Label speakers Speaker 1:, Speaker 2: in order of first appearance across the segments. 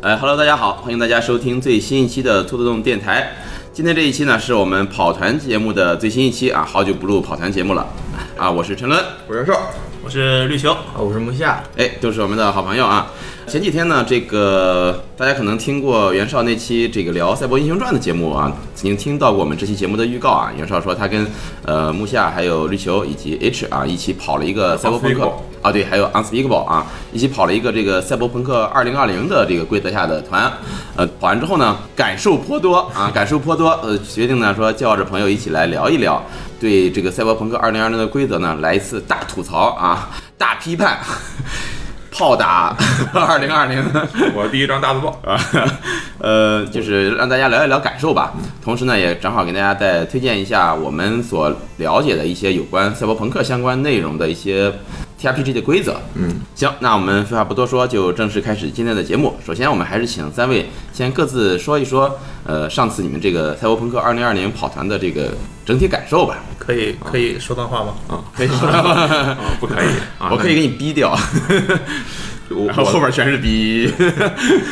Speaker 1: 呃，Hello，大家好，欢迎大家收听最新一期的兔子洞电台。今天这一期呢，是我们跑团节目的最新一期啊，好久不录跑团节目了啊，我是陈伦，
Speaker 2: 我是袁绍，
Speaker 3: 我是绿球，
Speaker 2: 啊，我是木夏，
Speaker 1: 哎，都是我们的好朋友啊。前几天呢，这个大家可能听过袁绍那期这个聊《赛博英雄传》的节目啊，曾经听到过我们这期节目的预告啊。袁绍说他跟呃木夏还有绿球以及 H 啊一起跑了一个赛博朋克
Speaker 2: Unspeakable
Speaker 1: 啊，对，还有 Unspeakable 啊，一起跑了一个这个赛博朋克2020的这个规则下的团。呃，跑完之后呢，感受颇多啊，感受颇多。呃，决定呢说叫着朋友一起来聊一聊。对这个赛博朋克2020的规则呢，来一次大吐槽啊，大批判， 炮打二零二零
Speaker 2: 我第一张大字报，
Speaker 1: 啊， 呃，就是让大家聊一聊感受吧。同时呢，也正好给大家再推荐一下我们所了解的一些有关赛博朋克相关内容的一些 TRPG 的规则。
Speaker 2: 嗯，
Speaker 1: 行，那我们废话不多说，就正式开始今天的节目。首先，我们还是请三位先各自说一说，呃，上次你们这个赛博朋克二零二零跑团的这个整体感受吧。
Speaker 3: 可以可以说脏话吗？
Speaker 2: 啊，
Speaker 1: 可以说 吗，
Speaker 2: 啊不可以啊，
Speaker 1: 我可以给你逼掉，
Speaker 2: 那我
Speaker 1: 然 后后
Speaker 2: 我
Speaker 1: 边全是逼。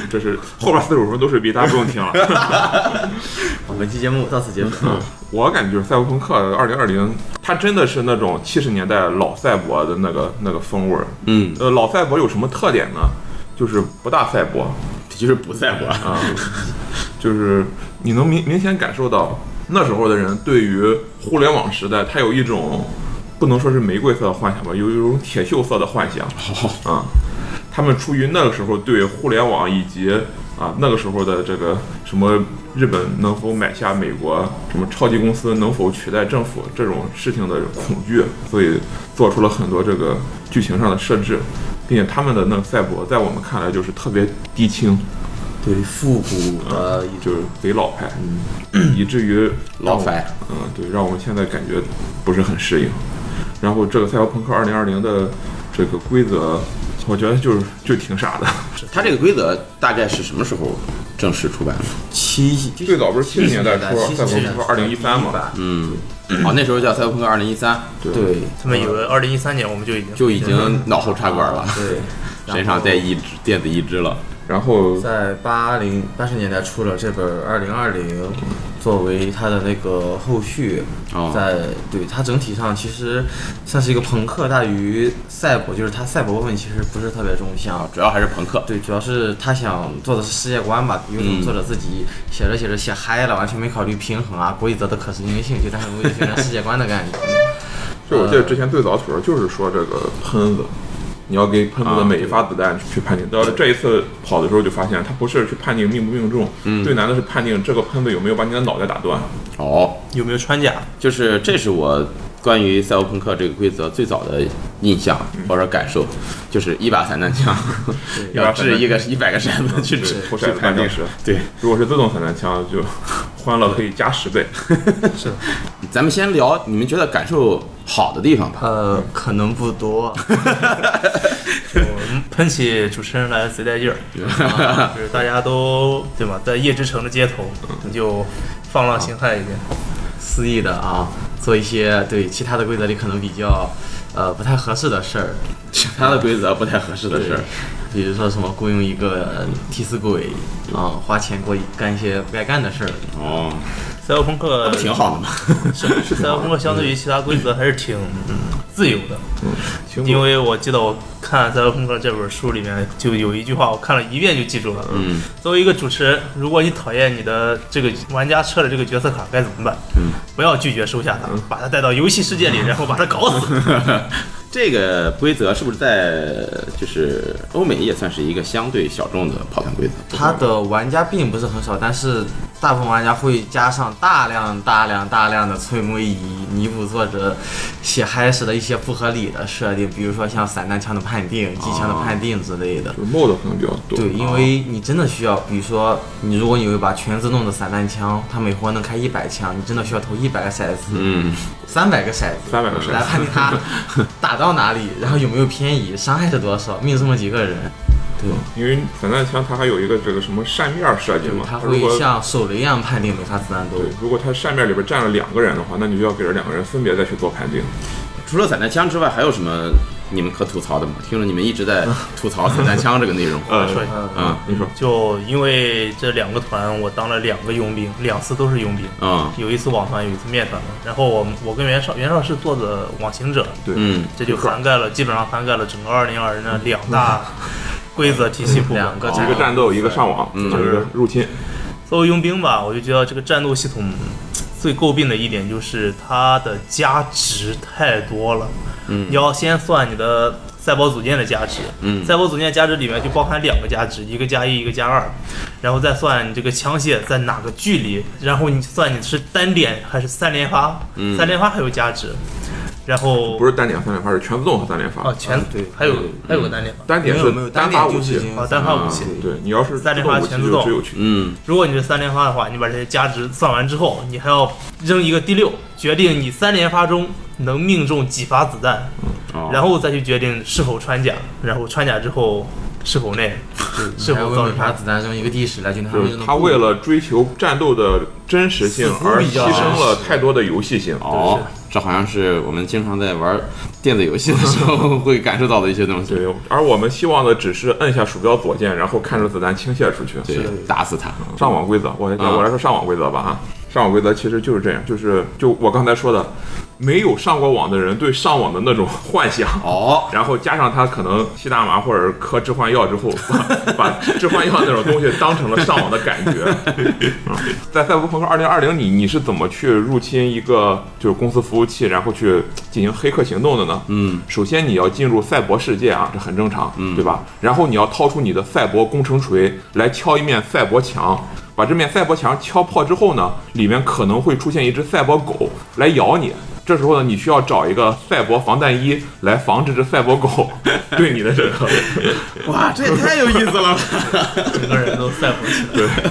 Speaker 2: 这是后边四十五分钟都是逼，大家不用 听了。
Speaker 4: 本期节目到此结束。
Speaker 3: 嗯
Speaker 2: 我感觉赛博朋克二零二零，它真的是那种七十年代老赛博的那个那个风味儿。
Speaker 1: 嗯，
Speaker 2: 呃，老赛博有什么特点呢？就是不大赛博
Speaker 1: 就是不赛博。
Speaker 2: 啊，就是你能明明显感受到那时候的人对于互联网时代，他有一种不能说是玫瑰色的幻想吧，有一种铁锈色的幻想。啊，他们出于那个时候对互联网以及啊那个时候的这个什么日本能否买下美国，什么超级公司能否取代政府这种事情的恐惧，所以做出了很多这个剧情上的设置，并且他们的那个赛博在我们看来就是特别低清，
Speaker 4: 对复古的一
Speaker 2: 就是贼老派，以至于
Speaker 1: 嗯老牌，
Speaker 2: 嗯，对，让我们现在感觉不是很适应。然后这个赛博朋克2020的这个规则，我觉得就是就挺傻的。
Speaker 1: 它这个规则大概是什么时候正式出版的？
Speaker 4: 七，
Speaker 2: 最早不是70年代初
Speaker 4: 70
Speaker 2: 赛博朋克
Speaker 4: 年代
Speaker 2: 2013嘛
Speaker 1: 嗯，哦，那时候叫《赛博朋克2013》，
Speaker 4: 对
Speaker 3: 他们以为二零一三年我们就已经嗯
Speaker 1: 就已经脑后插管了，
Speaker 4: 对，
Speaker 2: 嗯
Speaker 4: 然 后
Speaker 1: 身上带一只电子一只了。
Speaker 2: 然后
Speaker 4: 在八零八十年代出了这本《二零二零》，作为它的那个后续，
Speaker 1: 哦
Speaker 4: 在对它整体上其实算是一个朋克大于赛博，就是它赛博部分其实不是特别中向。
Speaker 1: 主要还是朋克。
Speaker 4: 对，主要是他想做的是世界观吧，有
Speaker 3: 嗯
Speaker 4: 种作者自己写着写着写嗨了，完全没考虑平衡啊、规则的可实行性，就单纯为了形成世界观的感觉。
Speaker 2: 就我记得之前最早的时候就是说这个喷子，你要给喷子
Speaker 1: 啊
Speaker 2: 的每一发子弹去判定。到了这一次跑的时候就发现，他不是去判定命不命中，
Speaker 1: 嗯
Speaker 2: 最难的是判定这个喷子有没有把你的脑袋打断。
Speaker 1: 哦，
Speaker 3: 有没有穿甲？
Speaker 1: 就是这是我关于赛博朋克这个规则最早的印象
Speaker 2: 嗯
Speaker 1: 或者感受，就是一把散弹枪， 要掷一个一百个骰子去掷
Speaker 2: 对，投骰
Speaker 1: 去
Speaker 2: 子
Speaker 1: 判
Speaker 2: 判定
Speaker 1: 定
Speaker 2: 时。
Speaker 1: 对，
Speaker 2: 如果是自动散弹枪，就欢乐可以加十倍。
Speaker 1: 咱们先聊你们觉得感受好的地方吧。
Speaker 4: 呃，可能不多，
Speaker 3: 我喷起主持人来贼带劲儿，啊就是大家都对吧？在夜之城的街头，你就放浪形骸一遍。
Speaker 4: 嗯啊肆意的啊，做一些对其他的规则里可能比较呃不太合适的事儿，
Speaker 1: 其他的规则不太合适的事儿。
Speaker 4: 比如说什么雇佣一个呃替死鬼啊、花钱过干一些不该干的事儿。
Speaker 1: 哦，
Speaker 3: 赛博朋克
Speaker 1: 不挺好的吗？
Speaker 3: 是赛博朋克相对于其他规则还是挺嗯自由的，
Speaker 4: 嗯
Speaker 2: 行
Speaker 3: 因为我记得我看《赛博朋克》这本书里面就有一句话，我看了一遍就记住了。
Speaker 1: 嗯，
Speaker 3: 作为一个主持人，如果你讨厌你的这个玩家车的这个角色卡，该怎么办？
Speaker 1: 嗯，
Speaker 3: 不要拒绝收下它，把它带到游戏世界里，然后把它搞死。
Speaker 1: 这个规则是不是在就是欧美也算是一个相对小众的跑团规则？
Speaker 4: 他的玩家并不是很少，但是大部分玩家会加上大量、大量、大量的催眠以弥补作者写嗨时的一些不合理的设定，比如说像散弹枪的判定、机枪的判定之类的。
Speaker 2: 就是 mod 可能比较多。
Speaker 4: 对，因为你真的需要，比如说你如果你有一把全自动的散弹枪，它每回能开一百枪，你真的需要投一百个骰子，
Speaker 1: 嗯，
Speaker 4: 三百个骰子，
Speaker 2: 300个骰子
Speaker 4: 来判定它打到哪里，然后有没有偏移，伤害是多少，命中了几个人，对，
Speaker 2: 因为散弹枪它还有一个这个什么扇面设计嘛，
Speaker 4: 它
Speaker 2: 如
Speaker 4: 会
Speaker 2: 果
Speaker 4: 像手雷一样判定每发子弹都
Speaker 2: 对，如果它扇面里边站了两个人的话，那你就要给这两个人分别再去做判定。
Speaker 1: 除了散弹枪之外，还有什么你们可吐槽的吗？听着你们一直在 吐槽散弹枪这个内 容
Speaker 2: 呃，
Speaker 3: 说一下，
Speaker 1: 啊
Speaker 2: 你说，
Speaker 3: 就因为这两个团，我当了两个佣兵，两次都是佣兵。
Speaker 1: 啊
Speaker 3: 有一次网团，有一次面团嘛。然后我我跟袁绍，袁绍是做的网行者，
Speaker 2: 对，
Speaker 1: 嗯
Speaker 3: 这就涵盖了基本上涵盖了整个二零二的两大规则体系部门。
Speaker 4: 两个
Speaker 2: 一个战斗，一个上网，
Speaker 1: 嗯
Speaker 2: 就是入侵，
Speaker 3: 作为佣兵吧，我就觉得这个战斗系统最诟病的一点就是它的加值太多了。
Speaker 1: 嗯
Speaker 3: 你要先算你的赛博组件的价值，
Speaker 1: 嗯
Speaker 3: 赛博组件价值里面就包含两个价值，一个加一，一个加二，然后再算你这个枪械在哪个距离，然后你算你是单点还是三连发，
Speaker 1: 嗯
Speaker 3: 三连发还有价值，然后
Speaker 2: 不是单点三连发，是全自动和单连发
Speaker 4: 哦
Speaker 3: 啊，全、
Speaker 4: 对
Speaker 3: 还有、
Speaker 1: 嗯
Speaker 3: 还有个单连发，
Speaker 2: 单点
Speaker 4: 没有没有
Speaker 2: 是
Speaker 4: 单
Speaker 2: 发
Speaker 4: 点
Speaker 2: 武
Speaker 4: 就是已
Speaker 2: 器，
Speaker 4: 经嗯
Speaker 3: 啊，单发武器。
Speaker 1: 啊
Speaker 2: 对你要是
Speaker 3: 单连发
Speaker 2: 武器
Speaker 3: 全自
Speaker 2: 就
Speaker 3: 动
Speaker 2: 只有去
Speaker 1: 嗯
Speaker 3: 如果你是三连发的话，你把这些加值算完之后，你还要扔一个第六，决定你三连发中能命中几发子弹，
Speaker 1: 哦
Speaker 3: 然后再去决定是否穿甲，然后穿甲之后是否内，是
Speaker 4: 还
Speaker 3: 否造
Speaker 4: 为每
Speaker 3: 成伤
Speaker 4: 发
Speaker 3: 害
Speaker 4: 子弹扔一个地史来就能
Speaker 2: 就是他为了追求战斗的真实性
Speaker 4: 似乎
Speaker 2: 而
Speaker 4: 比
Speaker 2: 牺
Speaker 4: 较
Speaker 2: 牲了太多的游戏性。
Speaker 1: 哦，这好像是我们经常在玩电子游戏的时候会感受到的一些 东西。
Speaker 2: 对，而我们希望的只是摁下鼠标左键，然后看着子弹倾泻出去。
Speaker 1: 对，打死他。
Speaker 2: 上网规则，我来
Speaker 1: 啊
Speaker 2: 我来说上网规则吧啊。上网规则其实就是这样，就是就我刚才说的，没有上过网的人对上网的那种幻想，
Speaker 1: 哦，
Speaker 2: 然后加上他可能吸大麻或者嗑致幻药之后，把把致幻药那种东西当成了上网的感觉。嗯、在《赛博朋克2020》里，你是怎么去入侵一个就是公司服务器，然后去进行黑客行动的呢？
Speaker 1: 嗯，
Speaker 2: 首先你要进入赛博世界啊，这很正常，对吧？然后你要掏出你的赛博工程锤来敲一面赛博墙，把这面赛博墙敲破之后呢，里面可能会出现一只赛博狗来咬你。这时候呢，你需要找一个赛博防弹衣来防止这赛博狗 对你的这个。
Speaker 1: 哇，这也太有意思 了，
Speaker 3: 整个人都赛博 起来。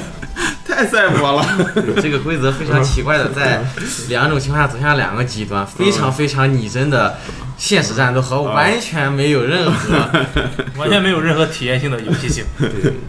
Speaker 1: 太赛博了。
Speaker 4: 这个规则非常奇怪的， 在两种情况下走向两个极端，非
Speaker 2: 嗯
Speaker 4: 常非常拟真的现实战斗和完全没有任何，
Speaker 3: 完全没有任何体验性的游戏性。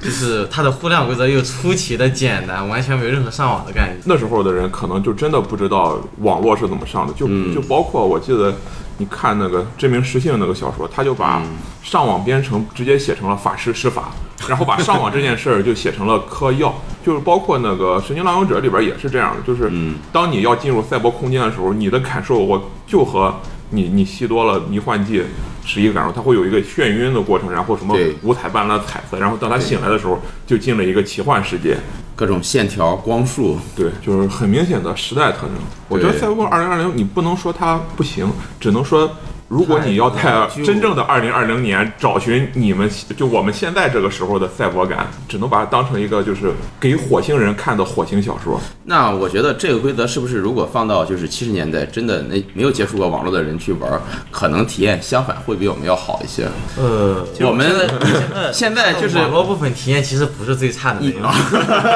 Speaker 4: 就是它的互量规则又出奇的简单，完全没有任何上网的概念。
Speaker 2: 那时候的人可能就真的不知道网络是怎么上的，就、就包括我记得，你看那个真名实姓那个小说，他就把上网编程直接写成了法师施法，然后把上网这件事儿就写成了嗑药，就是包括那个《神经浪游者》里边也是这样的，就是当你要进入赛博空间的时候，你的感受我就和你你吸多了迷幻剂是一个感受，它会有一个眩晕的过程，然后什么
Speaker 1: 对
Speaker 2: 五彩斑斓的彩色，然后当他醒来的时候，就进了一个奇幻世界。
Speaker 1: 各种线条、光束，
Speaker 2: 对，就是很明显的时代特征。我觉得《
Speaker 1: 对
Speaker 2: 赛博朋克2020》你不能说它不行，只能说如果你要在
Speaker 4: 太
Speaker 2: 真正的2020年找寻你们就我们现在这个时候的赛博感，只能把它当成一个就是给火星人看的火星小说。
Speaker 1: 那我觉得这个规则是不是如果放到就是七十年代，真的那没有接触过网络的人去玩儿，可能体验相反会比我们要好一些。
Speaker 4: 呃，
Speaker 1: 我 们
Speaker 3: 现在
Speaker 1: 现在 就是
Speaker 4: 网络部分体验其实不是最差的那种，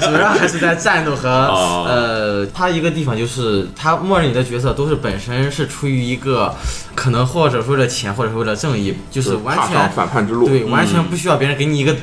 Speaker 4: 主要还是在战斗和
Speaker 1: 哦
Speaker 4: 呃，它一个地方就是它默认你的角色都是本身是出于一个可能或者是为了钱，或者是为了正义，就是完
Speaker 2: 踏上
Speaker 4: 全
Speaker 2: 反叛之路，嗯
Speaker 4: 对，完全不需要别人给你一个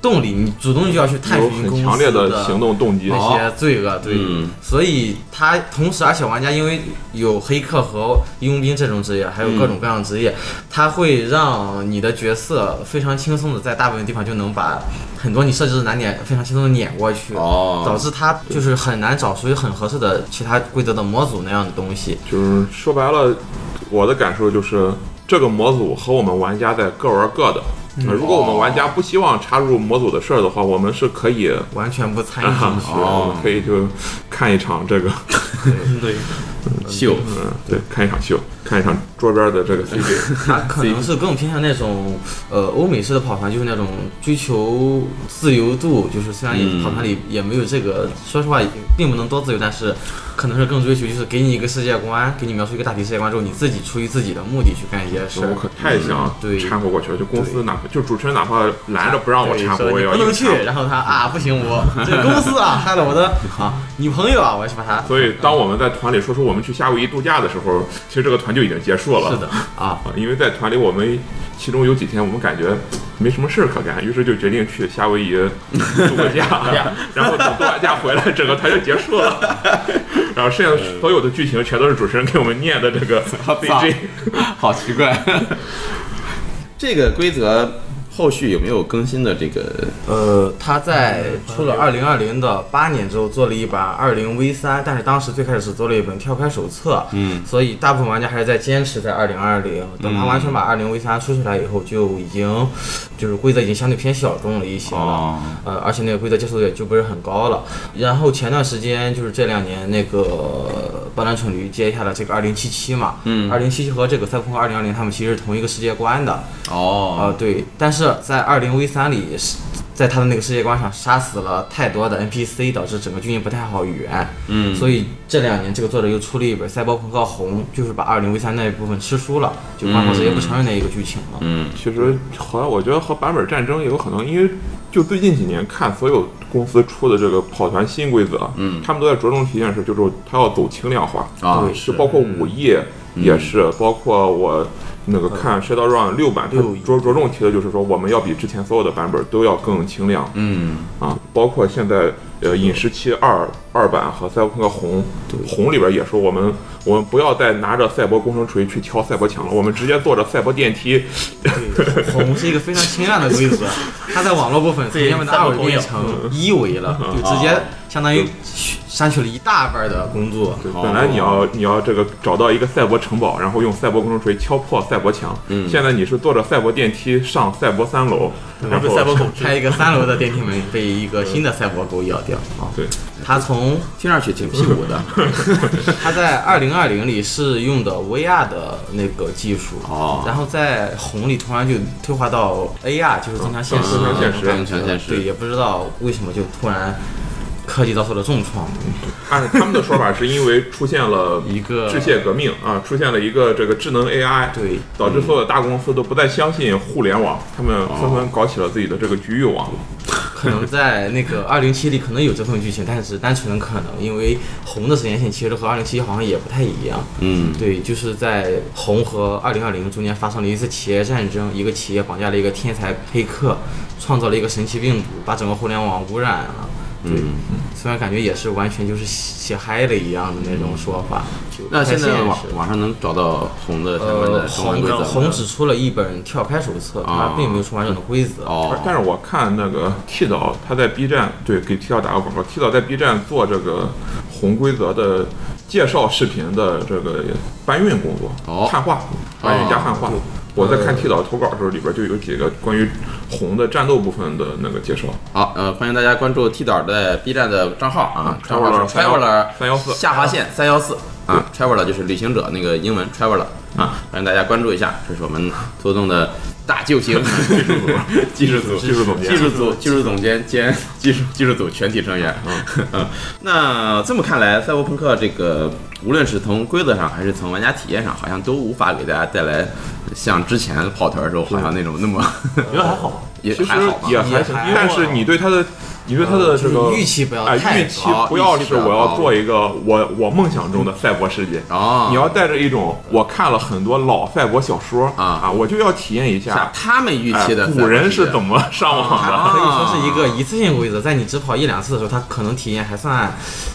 Speaker 4: 动力，你主动就要去探
Speaker 2: 有
Speaker 4: 寻
Speaker 2: 很
Speaker 4: 公司
Speaker 2: 强烈的行动动机。
Speaker 4: 那些罪恶，对，
Speaker 1: 嗯
Speaker 4: 所以他同时，而且玩家因为有黑客和佣兵这种职业，还有各种各样的职业，
Speaker 1: 嗯
Speaker 4: 他会让你的角色非常轻松的在大部分地方就能把很多你设置的难点非常轻松的碾过去，
Speaker 1: 哦
Speaker 4: 导致他就是很难找出一个很合适的其他规则的模组那样的东西。
Speaker 2: 就是说白了，我的感受就是这个模组和我们玩家在各玩各的。那如果我们玩家不希望插入模组的事儿的话，我们是可以
Speaker 4: 完全不参与进去，
Speaker 1: 哦
Speaker 2: 啊可以就看一场这个，
Speaker 3: 对，
Speaker 1: 秀，
Speaker 2: 嗯，对，看一场秀，看一场桌边的这个 CG，
Speaker 4: 他可 能是更偏向那种，呃，欧美式的跑团，就是那种追求自由度，就是虽然也跑团里也没有这个，说实话也并不能多自由，但是可能是更追求就是给你一个世界观，给你描述一个大体世界观之后，你自己出于自己的目的去干一些事
Speaker 2: 我
Speaker 4: 儿。
Speaker 2: 可太想
Speaker 4: 嗯对
Speaker 2: 掺和过去了。就公司哪怕就主持人哪怕拦着不让我
Speaker 4: 对
Speaker 2: 掺和，
Speaker 4: 说
Speaker 2: 我也
Speaker 4: 你
Speaker 2: 要
Speaker 4: 不能
Speaker 2: 硬
Speaker 4: 去
Speaker 2: 掺和，
Speaker 4: 然后他啊不行，我这个公司啊害了我的啊女朋友啊，我要去把她。
Speaker 2: 所以当我们在团里说出我们去夏威夷度假的时候，其实这个团就已经结束了。
Speaker 4: 是的啊，
Speaker 2: 啊，因为在团里我们其中有几天我们感觉没什么事儿可干，于是就决定去夏 威夷度个假，然后等度完假回来，整个团就结束了。 然后剩下的所有的剧情全都是主持人给我们念的这个 BG。
Speaker 1: 好奇怪。这个规则后续有没有更新的这个
Speaker 4: 呃，他在出了二零二零的八年之后做了一版二零 V 三，但是当时最开始是做了一本跳开手册，嗯，所以大部分玩家还是在坚持在二零二零。等他完全把二零 V 三出出来以后，就已经就是规则已经相对偏小众了一些了，
Speaker 1: 哦
Speaker 4: 呃，而且那个规则接受度也就不是很高了。然后前段时间就是这两年那个呃《斑斓蠢驴》接下了这个二零七七嘛，嗯，二零七七和这个《赛博朋克二零二零》他们其实是同一个世界观的，啊、
Speaker 1: 哦
Speaker 4: 对，但是在二零 V 三里是在他的那个世界观上杀死了太多的 NPC，导致整个剧情不太好圆。嗯，所以这两年这个作者又出了一本《赛博朋克红》，就是把二零 V 三那一部分吃书了，就官方直接不承认那一个剧情了。嗯，
Speaker 2: 其实好像我觉得和版本战争也有可能，因为就最近几年看所有公司出的这个跑团新规则，嗯，他们都在着重体现是，就是它要走轻量化，
Speaker 1: 啊
Speaker 4: 对
Speaker 2: 是包括午夜也是，包括我那个看《Shadow Run》六版，它
Speaker 4: 六
Speaker 2: 着着重提的就是说我们要比之前所有的版本都要更轻量，
Speaker 1: 嗯
Speaker 2: 啊，包括现在呃《饮食期二》二版和《赛博朋克红》红里边也说，我们我们不要再拿着赛博工程锤去敲赛博墙了，我们直接坐着赛博电梯，
Speaker 4: 对，红是一个非常清亮的规则，它在网络部分从
Speaker 3: 对
Speaker 4: 原本的
Speaker 3: 三
Speaker 4: 二
Speaker 3: 个
Speaker 4: 维
Speaker 3: 朋
Speaker 4: 变
Speaker 3: 友
Speaker 4: 成一维了，就直接相当于删去了一大半的工作。
Speaker 1: 哦
Speaker 2: 本来你要你要这个找到一个赛博城堡，然后用赛博工程锤敲破赛博墙，
Speaker 4: 嗯
Speaker 2: 现在你是坐着赛博电梯上赛博三楼，
Speaker 4: 嗯
Speaker 2: 然
Speaker 3: 不
Speaker 2: 后
Speaker 3: 是赛博狗
Speaker 4: 开
Speaker 3: 吃，
Speaker 4: 一个三楼的电梯门被一个新的赛博狗咬掉啊！
Speaker 2: 对，
Speaker 4: 他从
Speaker 1: 听上去挺屁股 的
Speaker 4: 他在二零二零里是用的 VR 的那个技术，
Speaker 1: 哦
Speaker 4: 然后在红里突然就退化到 AR，就是增强现实，
Speaker 2: 增强现实
Speaker 1: 增强现实
Speaker 4: 对，也不知道为什么就突然科技遭受了重创，
Speaker 2: 按他们的说法是因为出现了
Speaker 4: 一个
Speaker 2: 致谢革命啊，出现了一个这个智能 AI，
Speaker 4: 对，
Speaker 2: 导致所有的大公司都不再相信互联网，他们纷
Speaker 4: 哦
Speaker 2: 纷搞起了自己的这个局域网。
Speaker 4: 可能在那个二零七里可能有这份剧情，但是只是单纯的可能，因为红的时间线其实和二零七好像也不太一样。
Speaker 1: 嗯
Speaker 4: 对，就是在红和二零二零中间发生了一次企业战争，一个企业绑架了一个天才黑客，创造了一个神奇病毒，把整个互联网污染了。对，
Speaker 1: 嗯
Speaker 4: 虽然感觉也是完全就是写嗨了一样的那种说法，就
Speaker 1: 那
Speaker 4: 不太
Speaker 1: 现在
Speaker 4: 现
Speaker 1: 网
Speaker 4: 实
Speaker 1: 网上能找到红的相关
Speaker 4: 呃，
Speaker 1: 的相关
Speaker 4: 红
Speaker 1: 规则
Speaker 4: 的
Speaker 1: 吗
Speaker 4: 红只出了一本跳开手册，
Speaker 1: 啊
Speaker 4: 它并没有出完整的规则。
Speaker 1: 哦，
Speaker 2: 但是我看那个剃刀，他在 B 站对给剃刀打个广告，剃刀在 B 站做这个红规则的介绍视频的这个搬运工作，
Speaker 1: 哦
Speaker 2: 汉化搬运加汉化。我在看剃刀投稿的时候，里边就有几个关于红的战斗部分的那个介绍。
Speaker 1: 好，呃，欢迎大家关注 T 导的 B 站的账号啊账号是
Speaker 2: Traveler
Speaker 1: Traveler
Speaker 2: 314
Speaker 1: 下划线三幺四啊，Traveler 就是旅行者那个英文 Traveler 啊，欢迎大家关注一下，这是我们拖动的大救星技术组、
Speaker 2: 技术总监
Speaker 1: 技术组、技术总监兼 技术技术组全体成员。嗯，那这么看来，赛博朋克这个无论是从规则上还是从玩家体验上，好像都无法给大家带来像之前跑团的时候好像那种那么
Speaker 3: 我觉得还好。
Speaker 1: 也
Speaker 2: 其实
Speaker 1: 还好吧
Speaker 2: 也。还
Speaker 4: 也还，好
Speaker 2: 行
Speaker 4: 呃
Speaker 2: 但是你对他的，你对他的这个
Speaker 4: 就是预期不要
Speaker 2: 哎
Speaker 4: 太
Speaker 2: 预期
Speaker 1: 高
Speaker 2: 不要
Speaker 1: 预期
Speaker 2: 是
Speaker 1: 不要
Speaker 2: 我
Speaker 1: 高
Speaker 2: 要做一个我我梦想中的赛博世界
Speaker 1: 哦
Speaker 2: 你要带着一种我看了很多老赛博小说
Speaker 1: 啊
Speaker 2: 我就要体验一
Speaker 1: 像
Speaker 2: 下
Speaker 1: 他们预
Speaker 2: 哎
Speaker 1: 期的、
Speaker 2: 古人是怎么上网的。
Speaker 1: 啊
Speaker 4: 可以说是一个一次性规则，在你只跑一两次的时候，它可能体验还算，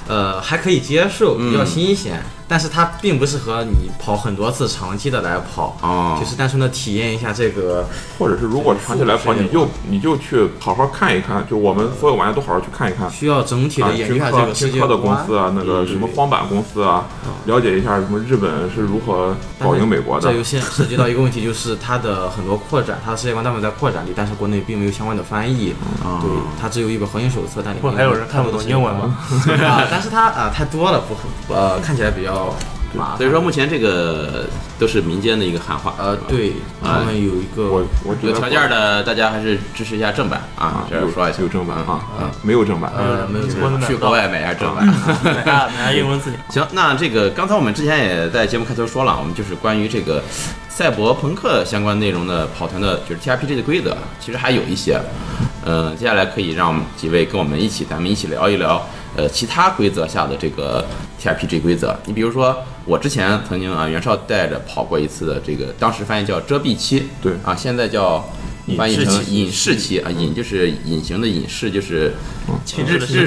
Speaker 4: 呃，还可以接受，比较新
Speaker 2: 嗯
Speaker 4: 鲜。但是它并不适合你跑很多次长期的来跑，
Speaker 2: 啊
Speaker 1: 哦
Speaker 4: 就是单纯的体验一下这个。
Speaker 2: 或者是如果长期来跑，你就你就去好好看一看，就我们所有玩家都好好去看一看。
Speaker 4: 需要整体
Speaker 2: 啊，
Speaker 4: 的研究
Speaker 2: 军
Speaker 4: 一下
Speaker 2: 科
Speaker 4: 这个世
Speaker 2: 军
Speaker 4: 界观。
Speaker 2: 科的公司啊，那
Speaker 1: 嗯
Speaker 2: 个什么荒坂公司啊，了解一下什么日本是如何搞赢美国的
Speaker 4: 这。又现涉及到一个问题，就是它的很多扩展，它的世界观大部分在扩展里，但是国内并没有相关的翻译。
Speaker 1: 啊
Speaker 4: 对，
Speaker 2: 嗯
Speaker 4: 它只有一本核心手册，但里
Speaker 3: 不
Speaker 4: 面
Speaker 3: 还有人看不懂英文吗？
Speaker 4: 啊，但是它啊太多了，不呃看起来比较麻烦。
Speaker 1: 所以说，目前这个都是民间的一个喊话。
Speaker 4: 呃，对他们有一个
Speaker 2: 我我觉
Speaker 1: 有
Speaker 2: 得
Speaker 1: 条件的，大家还是支持一下正版啊
Speaker 2: 啊，，
Speaker 1: 这
Speaker 2: 有
Speaker 1: 样说一下嗯
Speaker 2: 有。正版啊，没有正版，
Speaker 4: 呃，没有这
Speaker 3: 我
Speaker 4: 个
Speaker 3: 能买
Speaker 1: 去
Speaker 3: 到
Speaker 1: 国外买一下正
Speaker 2: 啊
Speaker 1: 版。
Speaker 3: 买下买下英文字典。
Speaker 1: 行，那这个刚才我们之前也在节目开头说了，我们就是关于这个赛博朋克相关内容的跑团的，就是 TRPG 的规则，啊其实还有一些。呃，接下来可以让我们几位跟我们一起，咱们一起聊一聊，呃，其他规则下的这个 TRPG 规则。你比如说，我之前曾经啊，袁绍带着跑过一次的这个，当时翻译叫遮蔽期，
Speaker 2: 对
Speaker 1: 啊，现在叫翻译
Speaker 3: 隐
Speaker 1: 成
Speaker 3: 士
Speaker 1: 隐士期啊，隐就是隐形的隐士就是
Speaker 4: 嗯
Speaker 1: 日
Speaker 4: 日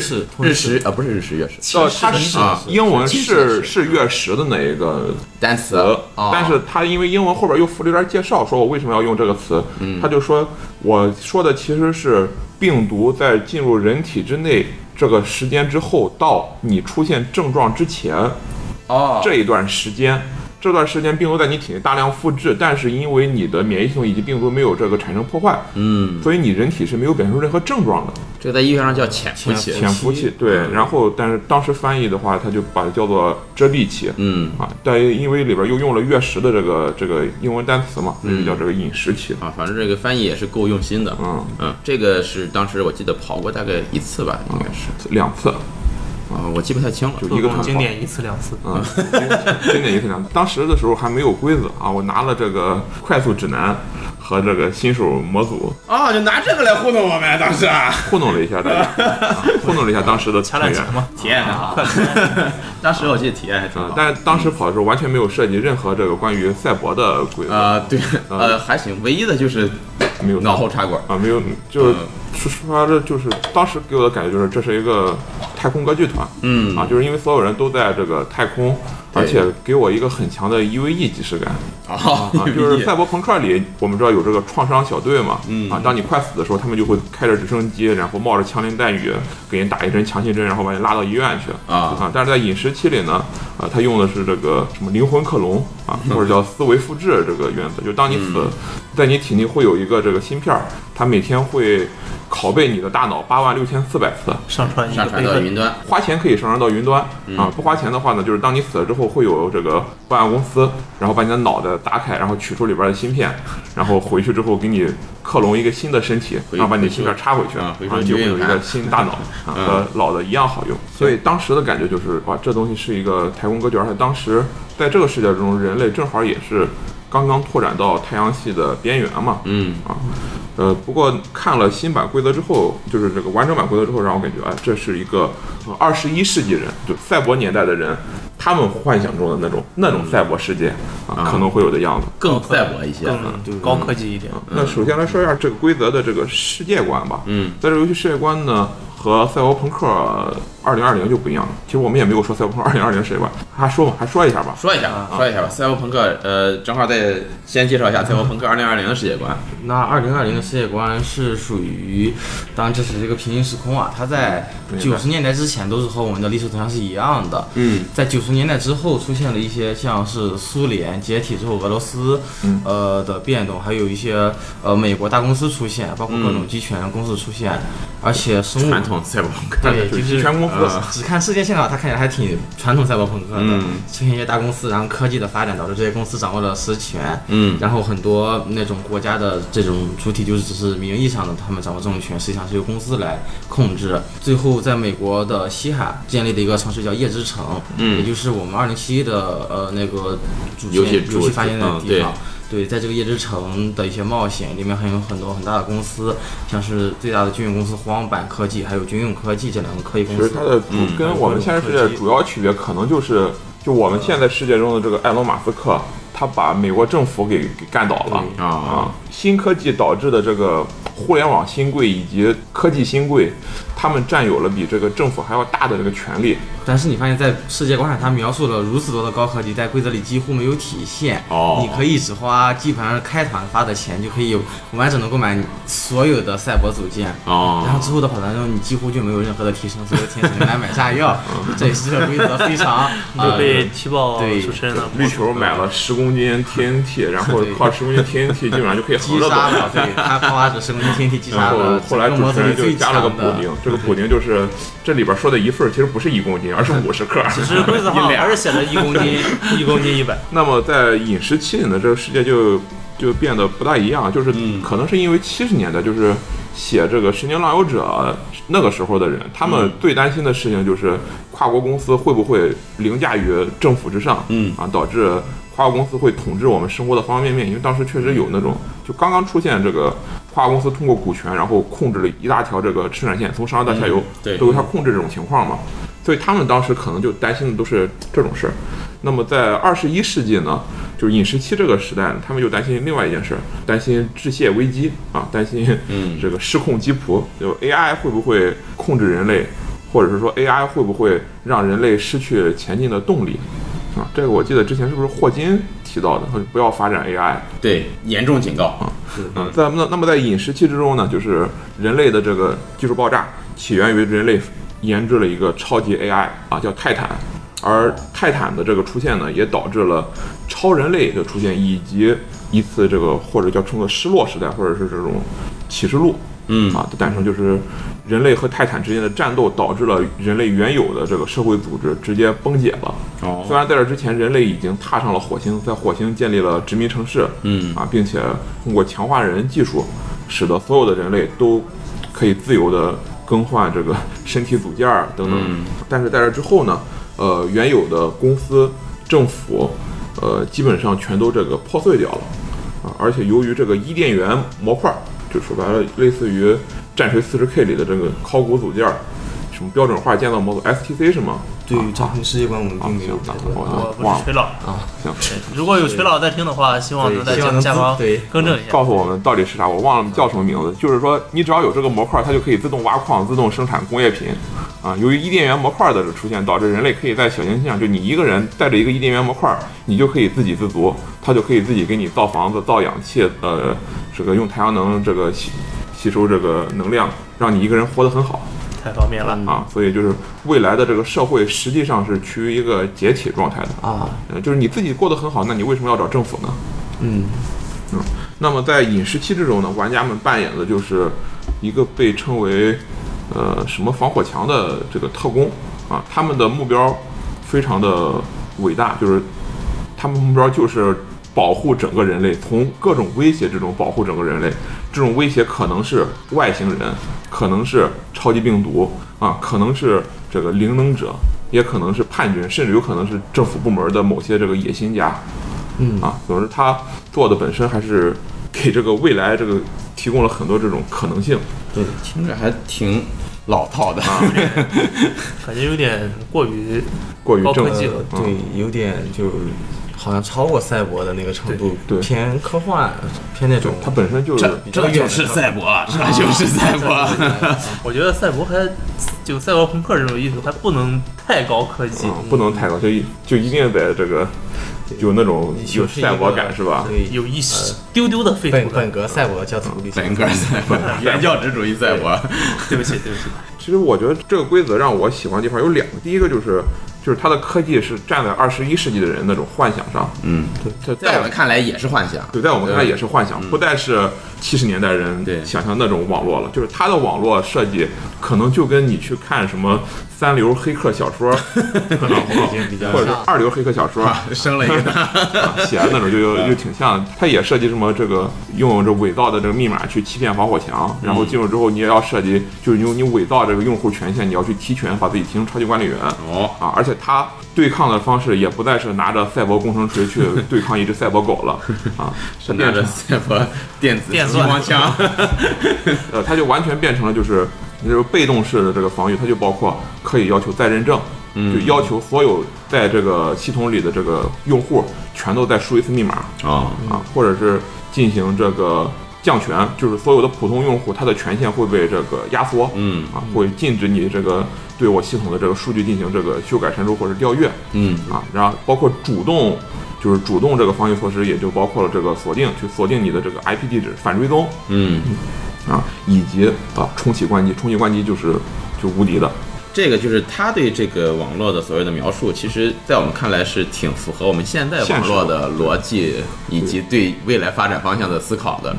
Speaker 4: 式
Speaker 1: 日日食啊，不是日食月食
Speaker 2: 呃，它
Speaker 4: 是
Speaker 2: 是
Speaker 4: 的
Speaker 1: 啊
Speaker 4: 是的
Speaker 2: 英文是
Speaker 1: 是
Speaker 2: 是月食的那一个
Speaker 1: 单词
Speaker 2: 词，
Speaker 1: 啊，
Speaker 2: 但是它因为英文后边又附了一段介绍，说我为什么要用这个词，嗯他就说我说的其实是病毒在进入人体之内这个时间之后，到你出现症状之前
Speaker 1: 哦
Speaker 2: 这一段时间。这段时间，病毒在你体内大量复制，但是因为你的免疫系统以及病毒没有这个产生破坏，
Speaker 1: 嗯，
Speaker 2: 所以你人体是没有表现出任何症状的。
Speaker 1: 这个在医学上叫潜伏期，
Speaker 2: 潜伏期，对。然后，但是当时翻译的话，他就把它叫做遮蔽期。
Speaker 1: 嗯
Speaker 2: 啊，但因为里边又用了月食的这个这个英文单词嘛，所以就叫这个饮食期。
Speaker 1: 啊，反正这个翻译也是够用心的，
Speaker 2: 嗯，
Speaker 1: 嗯，这个是当时我记得跑过大概一次吧，应该是
Speaker 2: 两次，
Speaker 1: 啊，我记不太清了，
Speaker 2: 就一个长跑
Speaker 3: 经。典一次两次，
Speaker 2: 嗯，经典一次两次。当时的时候还没有规则啊，我拿了这个快速指南和这个新手模组
Speaker 1: 啊，就拿这个来糊弄我们当时啊，
Speaker 2: 糊弄了一下大家，啊糊弄了一下当时的
Speaker 3: 掐
Speaker 2: 成
Speaker 3: 烂
Speaker 2: 员
Speaker 3: 墙。嘛，
Speaker 1: 体验啊，当时我记得体验还挺
Speaker 2: 嗯
Speaker 1: 好，。
Speaker 2: 但是当时跑的时候完全没有设计任何这个关于赛博的规则，
Speaker 1: 呃，对，呃，还行，唯一的就是
Speaker 2: 没有
Speaker 1: 脑后插管，
Speaker 2: 啊，没有，就是说说白了，就是当时给我的感觉就是这是一个太空歌剧团，
Speaker 1: 嗯
Speaker 2: 啊，就是因为所有人都在这个太空，
Speaker 1: 对
Speaker 2: 而且给我一个很强的 EVE 即 视感
Speaker 1: 啊
Speaker 2: 啊，就是赛博朋克里我们知道有这个创伤小队嘛，
Speaker 1: 嗯
Speaker 2: 啊，当你快死的时候，他们就会开着直升机，然后冒着枪林弹雨给你打一针强心针，然后把你拉到医院去
Speaker 1: 啊
Speaker 2: 但是在饮食期里呢，啊，他用的是这个什么灵魂克隆啊，或者叫思维复制这个原则，就当你
Speaker 1: 嗯
Speaker 2: 死，在你体内会有一个这个芯片儿，它每天会拷贝你的大脑八万六千四百次。
Speaker 3: 上传一个
Speaker 1: 上传
Speaker 3: 备
Speaker 1: 到
Speaker 3: 份，
Speaker 1: 云端，
Speaker 2: 花钱可以上传到云端啊，不花钱的话呢，就是当你死了之后，会有这个保险公司，然后把你的脑袋打开，然后取出里边的芯 片，然后回去之后给你克隆一个新的身体，
Speaker 1: 回
Speaker 2: 然后把你的芯片插回去，
Speaker 1: 啊
Speaker 2: 啊，
Speaker 1: 回
Speaker 2: 你
Speaker 1: 收
Speaker 2: 就会有一
Speaker 1: 回收
Speaker 2: 个新大 脑啊，和老的一样好用。所以当时的感觉就是，哇，这东西是一个太空歌剧，而且当时在这个世界中，人类正好也是刚刚拓展到太阳系的边缘嘛，
Speaker 1: 嗯，
Speaker 2: 呃，不过看了新版规则之后，就是这个完整版规则之后，让我感觉，哎，这是一个呃二十一世纪人，就赛博年代的人，他们幻想中的那种那种赛博世界
Speaker 1: 嗯
Speaker 2: 啊，可能会有的样子。
Speaker 1: 更赛博一些，
Speaker 3: 更高科技一点。
Speaker 2: 那首先来说一下这个规则的这个世界观吧。
Speaker 1: 嗯，
Speaker 2: 在这个游戏世界观呢，和赛博朋克二零二零就不一样了。其实我们也没有说赛博朋克二零二零世界观，还说吧，还说一下吧。
Speaker 1: 说一下，吧，说一下吧，赛博朋克，呃，正好再先介绍一下赛博朋克二零二零的世界观，
Speaker 4: 那二零二零的世界观是属于，当然这是一个平行时空啊，它在九十年代之前都是和我们的历史图像是一样的。
Speaker 1: 嗯，
Speaker 4: 在九十年代之后出现了一些像是苏联解体之后俄罗斯，
Speaker 1: 嗯
Speaker 4: 呃的变动，还有一些呃美国大公司出现，包括各种集权公司出现，而且生物
Speaker 1: 嗯传统赛博朋克，
Speaker 4: 对就
Speaker 2: 就是
Speaker 4: 是
Speaker 2: 全公司
Speaker 1: 呃
Speaker 4: 只看世界线的话，它看起来还挺传统赛博朋克的，
Speaker 1: 嗯
Speaker 4: 出现一些大公司，然后科技的发展导致这些公司掌握了实权，
Speaker 1: 嗯
Speaker 4: 然后很多那种国家的这种主体就是只是名义上的他们掌握政权，实际上是由公司来控制。最后，在美国的西海建立的一个城市叫夜之城，
Speaker 1: 嗯
Speaker 4: 也就是我们二零七一的呃那个主
Speaker 1: 游戏
Speaker 4: 线游
Speaker 1: 主
Speaker 4: 戏发源的
Speaker 1: 嗯
Speaker 4: 地
Speaker 1: 对
Speaker 4: 方。对，在这个夜之城的一些冒险里面，还有很多很大的公司，像是最大的军用公司荒坂科技，还有军用科技这两个科技公
Speaker 2: 其实
Speaker 4: 司。
Speaker 2: 它的主跟我们现在世界主要区别，可能就是就我们现在世界中的这个埃隆·马斯克，他把美国政府给给干倒了
Speaker 4: 对
Speaker 1: 啊，
Speaker 2: 啊！新科技导致的这个互联网新贵以及科技新贵，他们占有了比这个政府还要大的这个权利。
Speaker 4: 但是你发现，在世界观上，它描述了如此多的高科技，在规则里几乎没有体现。
Speaker 1: 哦
Speaker 4: 你可以只花基本上开团发的钱，就可以完整的购买所有的赛博组件。然后
Speaker 1: 哦，
Speaker 4: 之后的跑团中，你几乎就没有任何的提升，所有钱只能来买炸药。
Speaker 2: 哦
Speaker 4: 这也是这个规则非常
Speaker 3: 就
Speaker 4: 啊，
Speaker 3: 被踢爆
Speaker 4: 对
Speaker 3: 主持人了，
Speaker 2: 绿球买了十公 斤 TNT，然后靠十公斤 TNT 基本上就 可以横
Speaker 4: 击
Speaker 2: 着走
Speaker 4: 杀。了，对，他花着神攻天地击杀
Speaker 2: 然后
Speaker 4: 了
Speaker 2: 后来
Speaker 4: 整个
Speaker 2: 主
Speaker 4: 模组
Speaker 2: 持人
Speaker 4: 里
Speaker 2: 就
Speaker 4: 最
Speaker 2: 加
Speaker 4: 强
Speaker 2: 了个补丁
Speaker 4: 的。，
Speaker 2: 这个补丁就是这里边说的一份儿其实不是一公斤，而是五十克。
Speaker 3: 只是规则好像还是写了一公 斤，一公斤一百，
Speaker 2: 那么在饮食期里呢，这个世界就就变得不大一样，就是
Speaker 1: 嗯
Speaker 2: 可能是因为七十年代就是写这个《神经浪游者》那个时候的人，他们最担心的事情就是跨国公司会不会凌驾于政府之上，
Speaker 1: 嗯
Speaker 2: 啊，导致跨国公司会统治我们生活的方方面面，因为当时确实有那种就刚刚出现这个。跨国公司通过股权，然后控制了一大条这个生产线，从上游到下游、
Speaker 1: 对
Speaker 2: 都由他控制这种情况嘛。所以他们当时可能就担心的都是这种事儿。那么在二十一世纪呢，就是饮食期这个时代呢，他们又担心另外一件事儿，担心致谢危机啊，担心这个失控鸡婆，就 AI 会不会控制人类，或者是说 AI 会不会让人类失去前进的动力啊？这个我记得之前是不是霍金提到的，他说不要发展 AI。
Speaker 1: 对，严重警告。
Speaker 2: 嗯，在那那么在饮食期之中呢，就是人类的这个技术爆炸起源于人类研制了一个超级 AI 啊，叫泰坦，而泰坦的这个出现呢，也导致了超人类的出现，以及一次这个或者叫称作失落时代，或者是这种启示录。
Speaker 1: 嗯
Speaker 2: 啊的诞生就是人类和泰坦之间的战斗导致了人类原有的这个社会组织直接崩解了。虽
Speaker 1: 哦，
Speaker 2: 然在这之前，人类已经踏上了火星，在火星建立了殖民城市，
Speaker 1: 嗯
Speaker 2: 啊，并且通过强化人技术，使得所有的人类都可以自由的更换这个 身体组件儿等等。
Speaker 1: 嗯
Speaker 2: 但是在这之后呢，呃，原有的公司、政府，呃，基本上全都这个破碎掉了啊。而且由于这个伊甸园模块儿，就说白了，类似于战锤 40K 里的这个考古组件儿，什么标准化建造模组 STC 是吗？
Speaker 4: 对于张衡世界观，我们并没有
Speaker 2: 啊
Speaker 4: 太
Speaker 2: 行
Speaker 4: 多
Speaker 2: 那
Speaker 4: 的。
Speaker 2: 我
Speaker 3: 我
Speaker 2: 忘了
Speaker 3: 哦不是锤老，
Speaker 2: 行。
Speaker 3: 如果有锤老在听的话，啊希望能在
Speaker 4: 对希
Speaker 3: 节
Speaker 4: 望
Speaker 3: 目
Speaker 4: 能
Speaker 3: 下方
Speaker 4: 对
Speaker 3: 更正一下。
Speaker 2: 告诉我们到底是啥，我忘了叫什么名字。就是说，你只要有这个模块，它就可以自动挖矿、自动生产工业品。啊，由于伊甸园模块的出现，导致人类可以在小行星上，就你一个人带着一个伊甸园模块，你就可以自给自足，它就可以自己给你造房子、造氧气，呃，这个用太阳能这个吸吸收这个能量，让你一个人活得很好。
Speaker 3: 太方便了，
Speaker 2: 啊，所以就是未来的这个社会实际上是趋于一个解体状态的。
Speaker 4: 啊，
Speaker 2: 呃，就是你自己过得很好，那你为什么要找政府呢？
Speaker 4: 嗯，
Speaker 2: 那么在饮食期这种呢，玩家们扮演的就是一个被称为呃什么防火墙的这个特工啊，他们的目标非常的伟大，就是他们目标就是保护整个人类，从各种威胁之中保护整个人类。这种威胁可能是外星人，可能是超级病毒啊，可能是这个灵能者，也可能是叛军，甚至有可能是政府部门的某些这个野心家。
Speaker 4: 嗯
Speaker 2: 啊，总之他做的本身还是给这个未来这个提供了很多这种可能性。
Speaker 4: 对，
Speaker 1: 听着还挺老套的。
Speaker 3: 感觉有点过于
Speaker 2: 过于
Speaker 3: 高
Speaker 2: 正
Speaker 3: 科技了
Speaker 2: 嗯
Speaker 4: 呃对，有点就好像超过赛博的那个程度，
Speaker 2: 对对
Speaker 4: 偏科幻，偏那种。
Speaker 2: 它本身就是
Speaker 1: 这这就是赛博，啊这就是赛博。啊
Speaker 3: 我觉得赛博还就赛博朋克这种意思，还不能太高科技。
Speaker 2: 嗯，不能太高，就一就一定得这个有那种有
Speaker 4: 就是一
Speaker 2: 赛博
Speaker 4: 个
Speaker 2: 感是吧？
Speaker 4: 对，
Speaker 3: 有一丢丢的废
Speaker 4: 本
Speaker 3: 土
Speaker 4: 本
Speaker 3: 感。
Speaker 4: 格赛博
Speaker 2: 嗯
Speaker 4: 教徒理想
Speaker 1: 本格赛 博，原教旨主义赛博。
Speaker 3: 对不起，对不起，
Speaker 2: 其实我觉得这个规则让我喜欢的地方有两个，第一个就是就是它的科技是站在二十一世纪的人那种幻想上，
Speaker 1: 嗯，
Speaker 2: 它
Speaker 1: 在我
Speaker 2: 带
Speaker 1: 们看来也是幻想。
Speaker 2: 对，在我们看来也是幻想，不再是七十年代
Speaker 1: 嗯对
Speaker 2: 人想象那种网络了。就是它的网络设计，可能就跟你去看什么三流黑客小 说，
Speaker 4: 已经比较
Speaker 2: 或者是
Speaker 4: 像。
Speaker 2: 二流黑客小说啊
Speaker 1: 生了一个，
Speaker 2: 写的那种，就
Speaker 1: 嗯
Speaker 2: 就就挺像。它也设计什么这个用这伪造的这个密码去欺骗防火墙，然
Speaker 1: 嗯
Speaker 2: 后进入之后你也要设计，就是用你伪造这个用户权限，你要去提权，把自己提成超级管理员。
Speaker 1: 哦，
Speaker 2: 啊，而且它对抗的方式也不再是拿着赛博工程锤去对抗一只赛博狗 了，啊，
Speaker 1: 是
Speaker 2: 它
Speaker 1: 拿
Speaker 2: 变
Speaker 1: 着
Speaker 2: 成
Speaker 1: 赛博电子激
Speaker 3: 电钻
Speaker 1: 光枪。
Speaker 2: 呃，它就完全变成了就是就是被动式的这个防御，它就包括可以要求再认证，
Speaker 1: 嗯
Speaker 2: 就要求所有在这个系统里的这个用户全都再输一次密码，
Speaker 1: 哦，
Speaker 2: 啊，或者是进行这个降权，就是所有的普通用户他的权限会被这个压缩，
Speaker 1: 嗯
Speaker 2: 啊，会禁止你这个对我系统的这个数据进行这个修改、删除或者调阅
Speaker 1: 嗯，
Speaker 2: 啊，然后包括主动。就是主动这个防御措施，也就包括了这个锁定，去锁定你的这个 IP 地址、反追踪
Speaker 1: 嗯，
Speaker 2: 啊，以及啊重启关机，重启关机就是就无敌的，
Speaker 1: 这个就是他对这个网络的所谓的描述，其实，在我们看来是挺符合我们现在网络的逻辑以及对未来发展方向的思考的。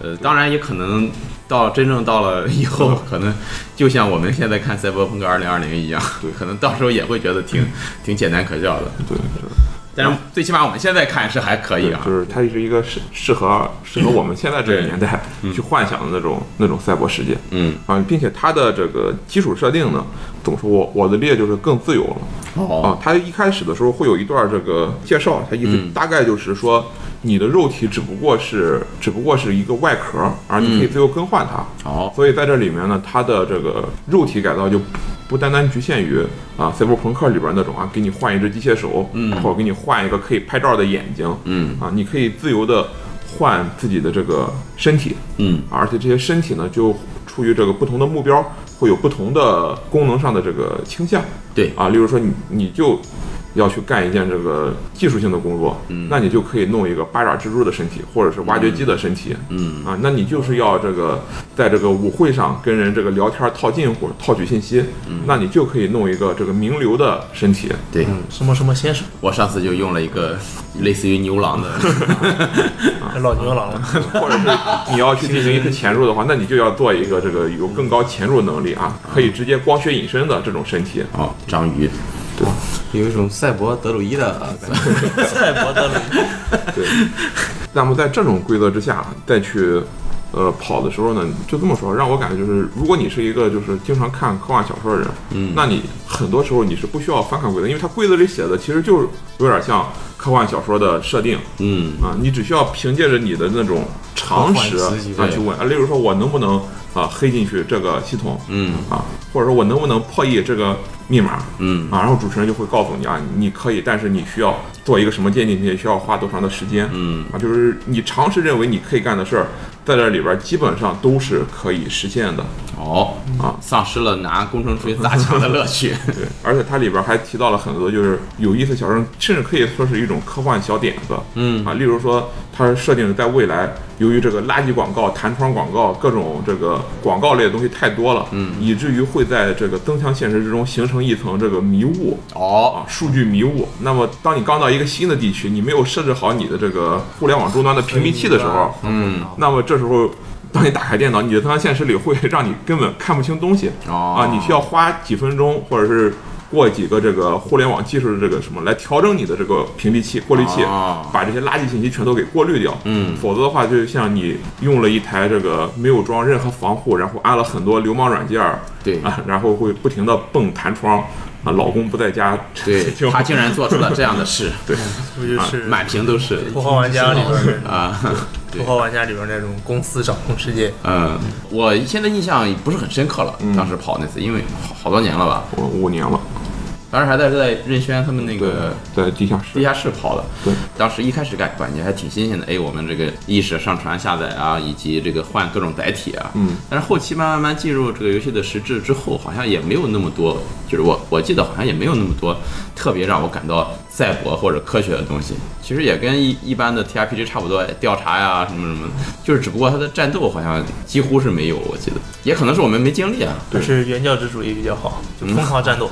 Speaker 1: 呃，当然也可能到真正到了以 后，可能就像我们现在看《赛博朋克2020》一样，
Speaker 2: 对
Speaker 1: 可能到时候也会觉得挺 挺简单可笑的。
Speaker 2: 对，就是
Speaker 1: 但是最起码我们现在看是还可以
Speaker 2: 对
Speaker 1: 啊，
Speaker 2: 就是它是一个适适合适合我们现在这个
Speaker 1: 对
Speaker 2: 年代去幻想的那种那种赛博世界。
Speaker 1: 嗯，
Speaker 2: 啊，并且它的这个基础设定呢，怎么说我我的列就是更自由了
Speaker 1: 哦
Speaker 2: 啊。它一开始的时候会有一段这个介绍，它意思
Speaker 1: 嗯
Speaker 2: 大概就是说，你的肉体只不过是只不过是一个外壳，
Speaker 1: 嗯
Speaker 2: 而你可以自由更换它。
Speaker 1: 哦，
Speaker 2: 所以在这里面呢，它的这个肉体改造就不不单单局限于啊赛博朋克里边那种啊，给你换一只机械手，
Speaker 1: 嗯
Speaker 2: 或者给你换一个可以拍照的眼睛，
Speaker 1: 嗯
Speaker 2: 啊，你可以自由的换自己的这个身体，
Speaker 1: 嗯
Speaker 2: 啊而且这些身体呢，就出于这个不同的目标，会有不同的功能上的这个倾向。
Speaker 1: 对
Speaker 2: 啊，例如说你你就要去干一件这个技术性的工作，嗯，那你就可以弄一个八爪蜘蛛的身体，或者是挖掘机的身体，
Speaker 1: 嗯
Speaker 2: 啊，那你就是要这个在这个舞会上跟人这个聊天套近乎、套取信息，嗯，那你就可以弄一个这个名流的 身体，
Speaker 1: 对
Speaker 3: 什么什么先生，
Speaker 1: 我上次就用了一个类似于牛郎的，
Speaker 3: 老牛郎了。
Speaker 2: 或者是你要去进行一次潜入的话，那你就要做一个这个有更高潜入能力啊，
Speaker 1: 嗯
Speaker 2: 可以直接光学隐身的这种身体。
Speaker 1: 哦，章鱼，
Speaker 4: 有一种赛博德鲁伊的
Speaker 2: 嗯
Speaker 4: 感觉。
Speaker 3: 赛博德鲁伊，
Speaker 2: 对，那么在这种规则之下再去。呃，跑的时候呢，就这么说，让我感觉就是，如果你是一个就是经常看科幻小说的人，嗯，那你很多时候你是不需要翻看规则，因为它规则里写的其实就是有点像科幻小说的设定，
Speaker 1: 嗯
Speaker 2: 啊，你只需要凭借着你的那种常识
Speaker 4: 科
Speaker 2: 啊
Speaker 4: 幻思
Speaker 1: 维
Speaker 2: 去问，啊，例如说我能不能啊黑进去这个系统
Speaker 1: 嗯
Speaker 2: 啊，或者说我能不能破译这个密码
Speaker 1: 嗯
Speaker 2: 啊，然后主持人就会告诉你啊，你可以，但是你需要做一个什么渐进，你也需要花多长的时间
Speaker 1: 嗯
Speaker 2: 啊，就是你常识认为你可以干的事儿，在这里边基本上都是可以实现的。
Speaker 1: 哦
Speaker 2: 啊
Speaker 1: 丧失了拿工程锤砸墙的乐趣。
Speaker 2: 对，而且它里边还提到了很多就是有意思小事，甚至可以说是一种科幻小点子。
Speaker 1: 嗯
Speaker 2: 啊，例如说，它设定在未来，由于这个垃圾广告、弹窗广告、各种这个广告类的东西太多了，嗯，以至于会在这个增强现实之中形成一层这个迷雾
Speaker 1: 哦
Speaker 2: 啊，数据迷雾。那么，当你刚到一个新的地区，你没有设置好你的这个互联网终端的屏蔽器的时候，
Speaker 1: 嗯
Speaker 2: 那么这时候。当你打开电脑，你的增强现实里会让你根本看不清东西，
Speaker 1: 哦
Speaker 2: 啊，你需要花几分钟，或者是过几个这个互联网技术的这个什么来调整你的这个屏蔽器、过滤器，
Speaker 1: 哦
Speaker 2: 把这些垃圾信息全都给过滤掉。
Speaker 1: 嗯
Speaker 2: 否则的话，就像你用了一台这个没有装任何防护，然后安了很多流氓软件儿，
Speaker 1: 对
Speaker 2: 啊，然后会不停的蹦弹窗，啊，老公不在家，
Speaker 1: 对
Speaker 2: 就
Speaker 1: 他竟然做出了这样的事，
Speaker 3: 是不是就是
Speaker 1: 满屏都是
Speaker 3: 头号玩家里边儿那
Speaker 1: 啊。
Speaker 3: 种，头号玩家里边儿那种公司掌控世界，
Speaker 1: 嗯，我现在印象不是很深刻了，当时跑那次，因为好好多年了吧，
Speaker 2: 我五年了，
Speaker 1: 当时还在在任轩他们那个
Speaker 2: 在地下
Speaker 1: 地
Speaker 2: 室，
Speaker 1: 下室跑的。
Speaker 2: 对，
Speaker 1: 当时一开始感感觉还挺新鲜的，哎，我们这个意识上传下载啊，以及这个换各种载体啊，
Speaker 2: 嗯，
Speaker 1: 但是后期慢慢慢进入这个游戏的实质之后，好像也没有那么多，就是我我记得好像也没有那么多特别让我感到赛博或者科学的东西。其实也跟一一般的 TRPG 差不多，调查呀、什么什么，就是只不过它的战斗好像几乎是没有，我记得也可能是我们没经 历啊，
Speaker 2: 对
Speaker 3: 还是原教旨主义比较好，就疯狂战斗。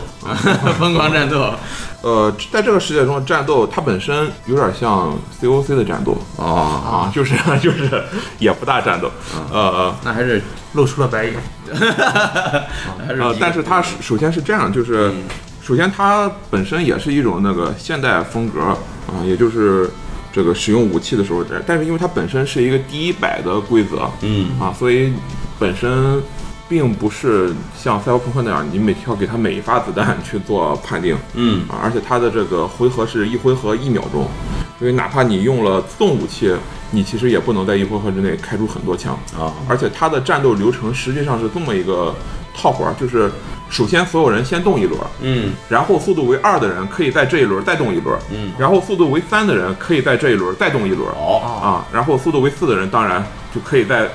Speaker 1: 疯狂战斗
Speaker 2: 呃，在这个世界中，战斗它本身有点像 COC 的战斗。
Speaker 1: 哦，嗯
Speaker 2: 啊，就是 就是也不大战斗，呃，
Speaker 1: 那还是
Speaker 3: 露出了白眼，
Speaker 1: 还是
Speaker 2: 呃，但是它
Speaker 1: 是
Speaker 2: 首先是这样，就是
Speaker 1: 嗯
Speaker 2: 首先它本身也是一种那个现代风格啊、也就是这个使用武器的时候，但但是因为它本身是一个第一百的规则
Speaker 1: 嗯
Speaker 2: 啊，所以本身并不是像赛博朋克那样，你每要给它每一发子弹去做判定。
Speaker 1: 嗯
Speaker 2: 啊，而且它的这个回合是一回合一秒钟，因为哪怕你用了自动武器，你其实也不能在一回合之内开出很多枪。
Speaker 1: 啊
Speaker 2: 而且它的战斗流程实际上是这么一个套环，就是首先所有人先动一轮，
Speaker 1: 嗯
Speaker 2: 然后速度为二的人可以在这一轮再动一轮，
Speaker 1: 嗯，
Speaker 2: 然后速度为三的人可以在这一轮再动一轮，
Speaker 1: 哦
Speaker 2: 啊，然后速度为四的人当然就可以在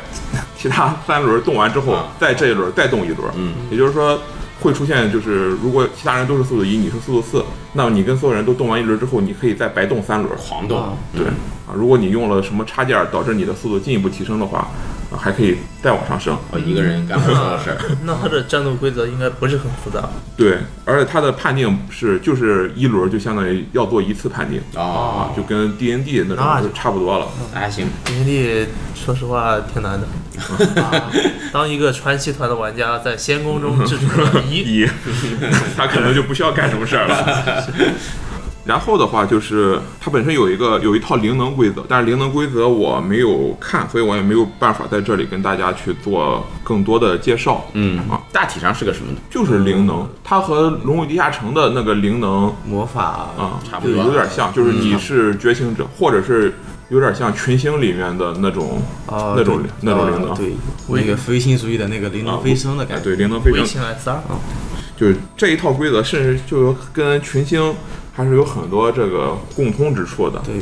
Speaker 2: 其他三轮动完之后
Speaker 1: 啊，
Speaker 2: 在这一轮再动一轮，
Speaker 1: 嗯，
Speaker 2: 也就是说。会出现，就是如果其他人都是速度一，你是速度四，那么你跟所有人都动完一轮之后，你可以再白动三轮。
Speaker 1: 狂动嗯
Speaker 2: 对啊，如果你用了什么插件儿导致你的速度进一步提升的话，啊还可以再往上升。
Speaker 1: 我哦一个人干不了的事儿。
Speaker 3: 那他的战斗规则应该不是很复杂，
Speaker 2: 对，而且它的判定是就是一轮就相当于要做一次判定
Speaker 1: 哦
Speaker 2: 啊，就跟 D N D 那
Speaker 3: 那
Speaker 2: 种
Speaker 3: 就嗯
Speaker 2: 就差不多了。
Speaker 1: 那还行，
Speaker 3: 因为说实话挺难的。啊当一个传奇团的玩家在仙宫中制出了一，
Speaker 2: 一， 他可能就不需要干什么事儿了。 然后的话就是它本身有一个有一套灵能规则，但是灵能规则我没有看，所以我也没有办法在这里跟大家去做更多的介绍。
Speaker 1: 嗯
Speaker 2: 啊，
Speaker 1: 大体上是个什么呢？
Speaker 2: 就是灵能，它和《龙与地下城》的那个灵能
Speaker 4: 魔法
Speaker 2: 啊，
Speaker 1: 差不多
Speaker 2: 有点像，就是
Speaker 4: 嗯
Speaker 2: 你是觉醒者，或者是有点像群星里面的那种、
Speaker 4: 哦，
Speaker 2: 那种
Speaker 4: 对
Speaker 2: 那种灵能，
Speaker 4: 哦对，那个唯心主义的那个灵
Speaker 2: 啊
Speaker 4: 能飞升的感
Speaker 2: 哎
Speaker 4: 觉。
Speaker 2: 对灵能飞
Speaker 3: 微
Speaker 2: 升，
Speaker 3: 信 S 二，
Speaker 2: 就是这一套规则，甚至就有跟群星还是有很多这个共通之处的。
Speaker 4: 对，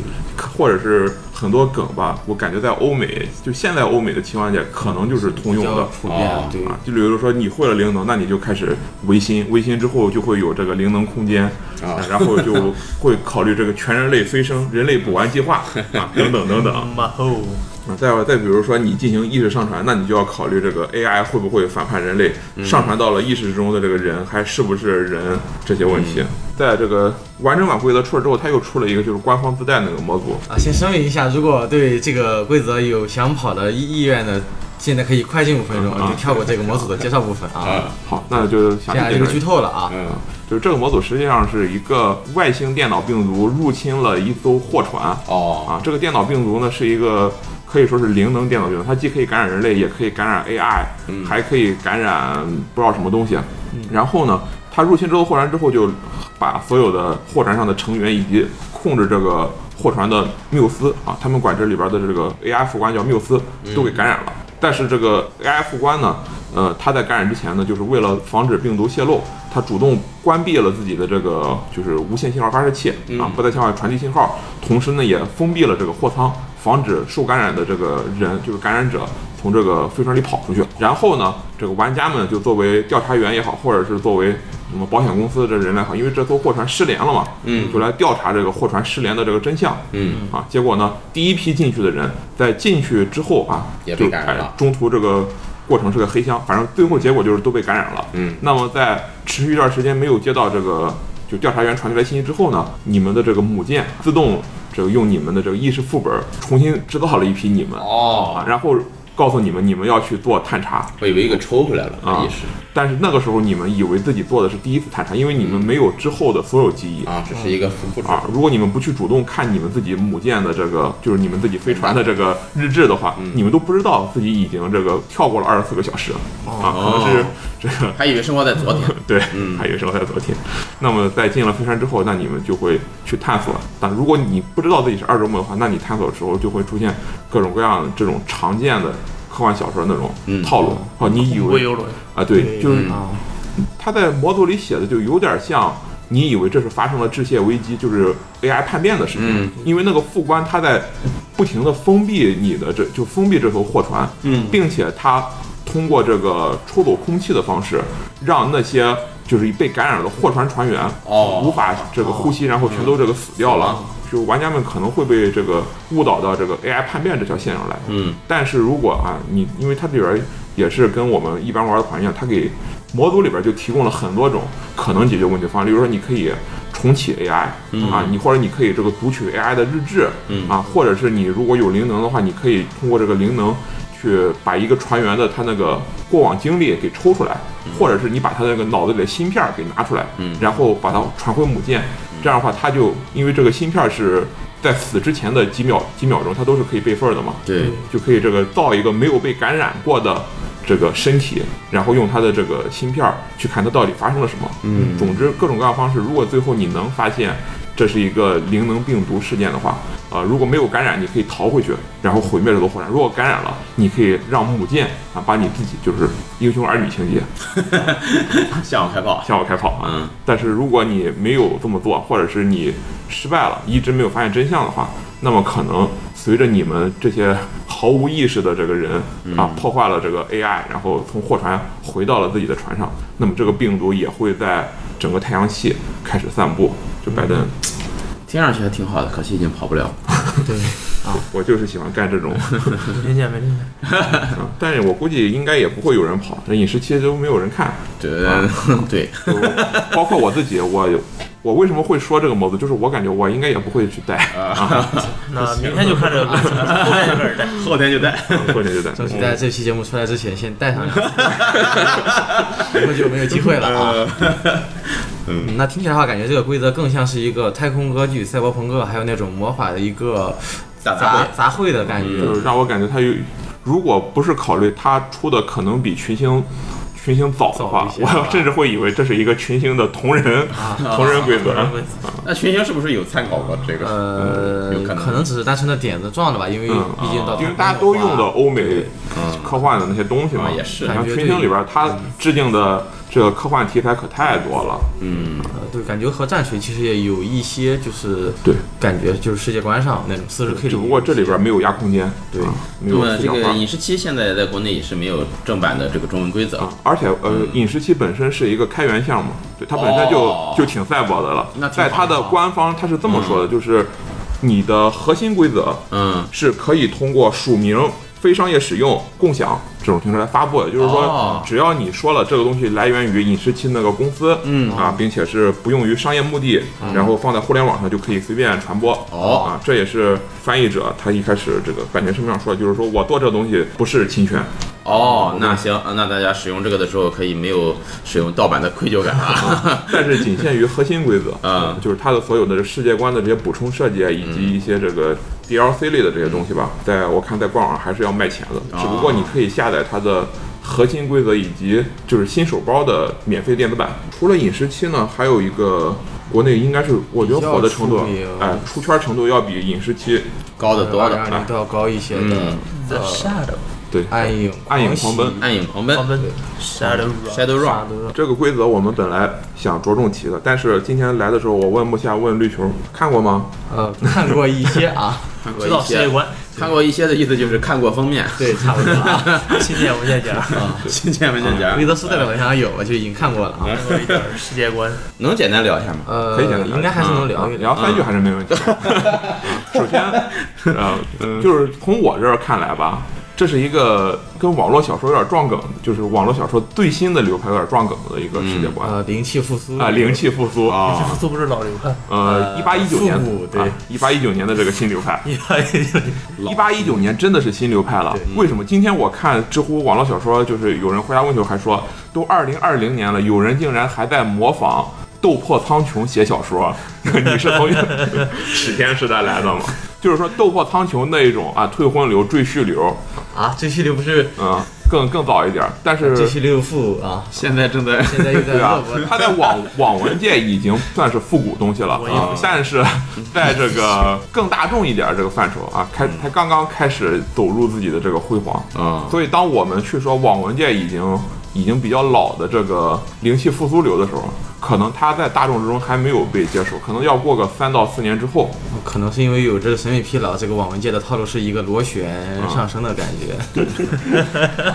Speaker 2: 或者是很多梗吧，我感觉在欧美，就现在欧美的情况下，可能就是通
Speaker 4: 比
Speaker 2: 用
Speaker 4: 较
Speaker 2: 的。
Speaker 4: 普遍
Speaker 1: 哦，
Speaker 4: 对，
Speaker 2: 啊，就比如说你会了灵能，那你就开始维新，维新之后就会有这个灵能空间
Speaker 1: 啊
Speaker 2: 然后就会考虑这个全人类飞升、人类补完计划啊， 等等等等。
Speaker 3: 马后
Speaker 2: 啊，再有再比如说你进行意识上传，那你就要考虑这个 AI 会不会反叛人类，
Speaker 4: 嗯
Speaker 2: 上传到了意识中的这个人还是不是人这些问
Speaker 4: 嗯
Speaker 2: 题。在这个完整版规则出了之后，它又出了一个就是官方自带那个模组，
Speaker 4: 啊，先声明一下，如果对这个规则有想跑的意意愿的，现在可以快进五分钟，
Speaker 2: 嗯啊嗯
Speaker 4: 就跳过这个模组的介绍部分啊。
Speaker 1: 啊，
Speaker 2: 好，那就
Speaker 4: 接
Speaker 2: 详
Speaker 4: 下来
Speaker 2: 细
Speaker 4: 就是
Speaker 2: 介绍
Speaker 4: 剧
Speaker 2: 一下。
Speaker 4: 透了啊，
Speaker 1: 嗯，
Speaker 2: 就是这个模组实际上是一个外星电脑病毒入侵了一艘货船，
Speaker 1: 哦，
Speaker 2: 啊，这个电脑病毒呢是一个可以说是灵能电脑病毒，它既可以感染人类，也可以感染 AI，、还可以感染不知道什么东西。啊然后呢，它入侵这艘货船之后，就把所有的货船上的成员以及控制这个货船的缪斯啊，他们管这里边的这个 AI 副官叫缪斯，都给感染了。但是这个 AI 副官呢，呃，他在感染之前呢，就是为了防止病毒泄露，他主动关闭了自己的这个就是无线信号发射器
Speaker 1: 嗯
Speaker 2: 啊，不再向外传递信号，同时呢也封闭了这个货舱，防止受感染的这个人就是感染者从这个飞船里跑出去。然后呢，这个玩家们就作为调查员也好，或者是作为什么保险公司这人来好，因为这艘货船失联了嘛，
Speaker 1: 嗯
Speaker 2: 就来调查这个货船失联的这个真相。
Speaker 1: 嗯，
Speaker 2: 啊，结果呢，第一批进去的人在进去之后啊，
Speaker 1: 也
Speaker 2: 就
Speaker 1: 被感染了
Speaker 2: 哎中途这个过程是个黑箱，反正最后结果就是都被感染了。
Speaker 1: 嗯，
Speaker 2: 那么在持续一段时间没有接到这个就调查员传回来信息之后呢，你们的这个母舰自动这个用你们的这个意识副本重新制造了一批你们啊
Speaker 1: 哦，，
Speaker 2: 然后告诉你们你们要去做探查。
Speaker 1: 我以为一个抽回来了，
Speaker 2: 啊
Speaker 1: 意识
Speaker 2: 但是那个时候你们以为自己做的是第一次探查，因为你们没有之后的所有记忆。
Speaker 1: 啊，这是一个副副
Speaker 2: 啊，如果你们不去主动看你们自己母舰的这个，就是你们自己飞船的这个日志的话，
Speaker 1: 嗯
Speaker 2: 你们都不知道自己已经这个跳过了二十四个小时、
Speaker 1: 哦
Speaker 2: 啊，可能是这个
Speaker 1: 还以为生活在昨天，
Speaker 2: 对，
Speaker 1: 嗯
Speaker 2: 还有生活在昨天。那么在进了飞船之后，那你们就会去探索。但如果你不知道自己是二周目的话，那你探索的时候就会出现各种各样的这种常见的科幻小说那种
Speaker 1: 嗯
Speaker 2: 套路。哦、你以
Speaker 3: 过
Speaker 2: 为
Speaker 3: 游轮，
Speaker 2: 啊，对，
Speaker 3: 对
Speaker 2: 就是
Speaker 1: 嗯
Speaker 4: 啊，
Speaker 2: 他在模组里写的就有点像，你以为这是发生了致谢危机，就是 AI 叛变的事情，
Speaker 1: 嗯
Speaker 2: 因为那个副官他在不停的封闭你的这就封闭这艘货船，
Speaker 3: 嗯
Speaker 2: 并且他通过这个抽走空气的方式，让那些就是被感染的货船船员
Speaker 1: 哦
Speaker 2: 无法这个呼吸，然后全都这个死掉了
Speaker 1: 嗯。
Speaker 2: 就玩家们可能会被这个误导到这个 AI 叛变这条线上来，
Speaker 1: 嗯，
Speaker 2: 但是如果啊，你因为它这里边也是跟我们一般玩的团一样，它给模组里边就提供了很多种可能解决问题的方案，例如说你可以重启 AI、啊，你或者你可以这个读取 AI 的日志、
Speaker 1: 嗯
Speaker 2: 啊，或者是你如果有灵能的话，你可以通过这个灵能去把一个船员的他那个过往经历给抽出来，或者是你把他那个脑子里的芯片儿给拿出来，
Speaker 1: 嗯
Speaker 2: 然后把它传回母舰，这样的话他就因为这个芯片儿是。在死之前的几秒几秒钟，它都是可以备份儿的嘛。
Speaker 1: 对，
Speaker 2: 就可以这个造一个没有被感染过的这个身体，然后用它的这个芯片儿去看它到底发生了什么。
Speaker 1: 嗯
Speaker 2: 总之各种各样的方式，如果最后你能发现这是一个灵能病毒事件的话，啊、如果没有感染，你可以逃回去，然后毁灭这座火山；如果感染了，你可以让母舰啊把你自己就是英雄儿女情节
Speaker 1: 向我开炮，
Speaker 2: 向我开炮啊。
Speaker 1: 嗯
Speaker 2: 但是如果你没有这么做，或者是你失败了，一直没有发现真相的话，那么可能随着你们这些毫无意识的这个人啊，破坏了这个 AI，然后从货船回到了自己的船上，那么这个病毒也会在整个太阳系开始散布。就拜登，
Speaker 1: 听上去还挺好的，可惜已经跑不了。
Speaker 4: 对，
Speaker 2: 我就是喜欢干这种，
Speaker 3: 没见没见，
Speaker 2: 啊但是我估计应该也不会有人跑，这饮食期都没有人看，
Speaker 1: 对 对，
Speaker 2: 就包括我自己，我我为什么会说这个模子，就是我感觉我应该也不会去带啊，
Speaker 3: 那明天就看这个， 后天就开始带。
Speaker 1: 后天就带。
Speaker 2: 嗯过年就带。
Speaker 4: 争取在这期节目出来之前先带上 两次，以后就没有机会了
Speaker 1: 呃
Speaker 4: 啊。嗯，那听起来的话，感觉这个规则更像是一个太空歌剧、赛博朋克，还有那种魔法的一个
Speaker 1: 咋
Speaker 4: 杂杂烩的感觉。
Speaker 2: 就是让我感觉他有，如果不是考虑他出的可能比群星群星早的
Speaker 4: 早
Speaker 2: 话
Speaker 4: 一，些
Speaker 2: 我甚至会以为这是一个群星的同人、同人规
Speaker 3: 啊
Speaker 2: 则。
Speaker 1: 那群星是不是有参考过这个？
Speaker 4: 呃
Speaker 1: 有可，能
Speaker 4: 可能只是单纯的点子撞的吧，因为
Speaker 2: 嗯
Speaker 4: 毕竟到
Speaker 2: 因为大家都用的欧美
Speaker 1: 嗯
Speaker 2: 科幻的那些东西嘛，
Speaker 1: 啊也是
Speaker 2: 然后
Speaker 4: 感觉
Speaker 2: 群星里边他制定的这个科幻题材可太多了。
Speaker 1: 嗯，
Speaker 4: 呃，对，感觉核战锤其实也有一些就是
Speaker 2: 对，
Speaker 4: 感觉就是世界观上那种四十 K
Speaker 2: 只不过这里边没有压空间，
Speaker 4: 对
Speaker 2: 啊
Speaker 1: 那
Speaker 2: 没有
Speaker 1: 么
Speaker 2: 思
Speaker 1: 这
Speaker 2: 想
Speaker 1: 个
Speaker 2: 化。
Speaker 1: 影视期现在在国内也是没有正版的这个中文规则
Speaker 2: 啊，而且呃，
Speaker 1: 嗯
Speaker 2: 饮食期本身是一个开源项目，对它本身就、
Speaker 1: 哦
Speaker 2: 就挺赛博的了
Speaker 4: 那。挺
Speaker 2: 在它
Speaker 4: 好
Speaker 2: 的
Speaker 4: 的
Speaker 2: 官方，它是这么说的，就是你的核心规则
Speaker 1: 嗯，
Speaker 2: 是可以通过署名、非商业使用、共享这种形式来发布的。就是说，
Speaker 1: 哦
Speaker 2: 只要你说了这个东西来源于饮食期那个公司，
Speaker 1: 嗯
Speaker 2: 啊，并且是不用于商业目的，然后放在互联网上就可以随便传播。
Speaker 1: 哦
Speaker 2: 啊，这也是翻译者他一开始这个版权声明上说的，就是说我做这个东西不是侵权，
Speaker 1: 哦，那行，啊那大家使用这个的时候可以没有使用盗版的愧疚感啊。
Speaker 2: 但是仅限于核心规则，
Speaker 1: 嗯
Speaker 2: 就是它的所有的世界观的这些补充设计啊，以及一些这个 DLC 类的这些东西吧，在我看在官网上还是要卖钱的，只不过你可以下载它的。核心规则以及就是新手包的免费电子版，除了饮食期呢，还有一个国内应该是我觉得
Speaker 4: 比较
Speaker 2: 火的程度
Speaker 4: 出名，
Speaker 2: 哎，出圈程度要比饮食期
Speaker 1: 高得
Speaker 2: 啊
Speaker 1: 多
Speaker 4: 让
Speaker 1: 了，
Speaker 4: 人都要高一些的
Speaker 1: 嗯。
Speaker 3: The Shadow
Speaker 2: 对
Speaker 4: 暗影
Speaker 2: 暗影狂奔
Speaker 4: 喜
Speaker 1: 暗影狂奔
Speaker 3: 我们 Shadow
Speaker 2: 嗯
Speaker 3: Run
Speaker 1: ，Shadow Run，
Speaker 2: 这个规则我们本来想着重提的，但是今天来的时候我问木下问绿球看过吗？
Speaker 4: 呃，看过一些 啊，
Speaker 1: 看过
Speaker 3: 知道
Speaker 1: 一
Speaker 3: 世界
Speaker 1: 些，
Speaker 3: 观，
Speaker 1: 看过一些的意思就是看过封面，
Speaker 4: 对，差不多啊。
Speaker 3: 亲眼文件夹，
Speaker 1: 新建文件夹
Speaker 4: 维。德斯代表上有，我就已经看过了啊。
Speaker 3: 看过一点儿世界观。
Speaker 1: 能简单聊一下吗？
Speaker 4: 呃，
Speaker 2: 可以简单聊一下
Speaker 4: 应该还是能聊一啊聊。
Speaker 2: 聊三句还是没问题。首先，呃，就是从我这儿看来吧，这是一个跟网络小说有点撞梗，就是网络小说最新的流派有点撞梗的一个世界观啊、
Speaker 4: 呃，灵气复苏
Speaker 2: 灵气复苏，
Speaker 1: 哦，
Speaker 3: 这不是老流派，
Speaker 2: 呃，一八一九年
Speaker 4: 复古，对
Speaker 2: 啊，一八一九年的这个新流派，
Speaker 3: 一般
Speaker 2: 一八一九年真的是新流派了。为什么？今天我看知乎网络小说，就是有人回答问题还说，都二零二零年了，有人竟然还在模仿。斗破苍穹写小说， 你是从史前时代来的吗？就是说斗破苍穹那一种啊，退婚流、赘婿流，
Speaker 4: 啊，赘婿流不是
Speaker 2: 嗯，更更早一点。但
Speaker 4: 赘
Speaker 2: 是
Speaker 4: 婿流复啊，
Speaker 1: 现在正在
Speaker 4: 现在 又在
Speaker 2: 对啊
Speaker 4: 热播，
Speaker 2: 他在网网文界已经算是复古东西了，
Speaker 3: 文艺复
Speaker 2: 啊
Speaker 3: 兴
Speaker 2: 但是在这个更大众一点这个范畴啊，开才刚刚开始走入自己的这个辉煌。
Speaker 1: 啊，
Speaker 2: 所以当我们去说网文界已经已经比较老的这个灵气复苏流的时候，可能它在大众之中还没有被接受，可能要过个三到四年之后。
Speaker 4: 可能是因为有这个审美疲劳，这个网文界的套路是一个螺旋上升的感觉。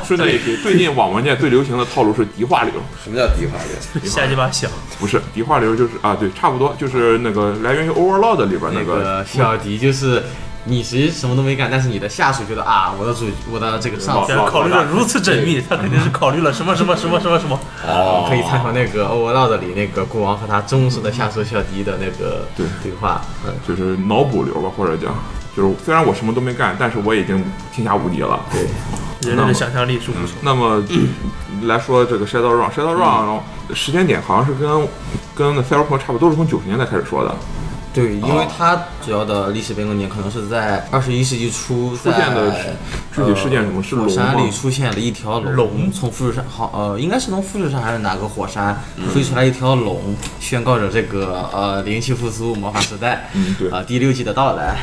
Speaker 2: 顺带一提，最近网文界最流行的套路是迪化流，
Speaker 1: 什么叫迪化流？
Speaker 3: 下鸡巴响，
Speaker 2: 不是迪化流就是啊，对，差不多就是那个来源于 Overlord 里边 那
Speaker 4: 那
Speaker 2: 个
Speaker 4: 个小迪就是你其实什么都没干，但是你的下属觉得啊，我的主我的这个上司
Speaker 2: 老
Speaker 3: 考虑的如此缜密，他肯定是考虑了什么什么什么什么什么。
Speaker 4: 啊可以参考那个《欧 l o d 里那个国王和他忠实的下属小迪的那个
Speaker 2: 对
Speaker 4: 对话。嗯，
Speaker 2: 就是脑补流吧，或者讲。就是虽然我什么都没干，但是我已经天下无敌了。
Speaker 4: 对，
Speaker 3: 人类的想象力是无穷。
Speaker 2: 那么来说这个 Shadow Run，Shadow Run 时间点好像是跟跟那 Cyberpunk 差不多，都是从九十年代开始说的。
Speaker 4: 对，
Speaker 2: 哦
Speaker 4: 因为它主要的历史变更点可能是在二十一世纪初出
Speaker 2: 出现的具体事件是什么？是
Speaker 4: 呃火
Speaker 2: 龙
Speaker 4: 山
Speaker 2: 吗
Speaker 4: 里？出现了一条龙，
Speaker 3: 龙
Speaker 4: 从富士山好呃，应该是从富士山还是哪个火山
Speaker 2: 嗯
Speaker 4: 飞出来一条龙，宣告着这个呃灵气复苏魔法时代，
Speaker 2: 嗯对
Speaker 4: 啊、第六季的到来，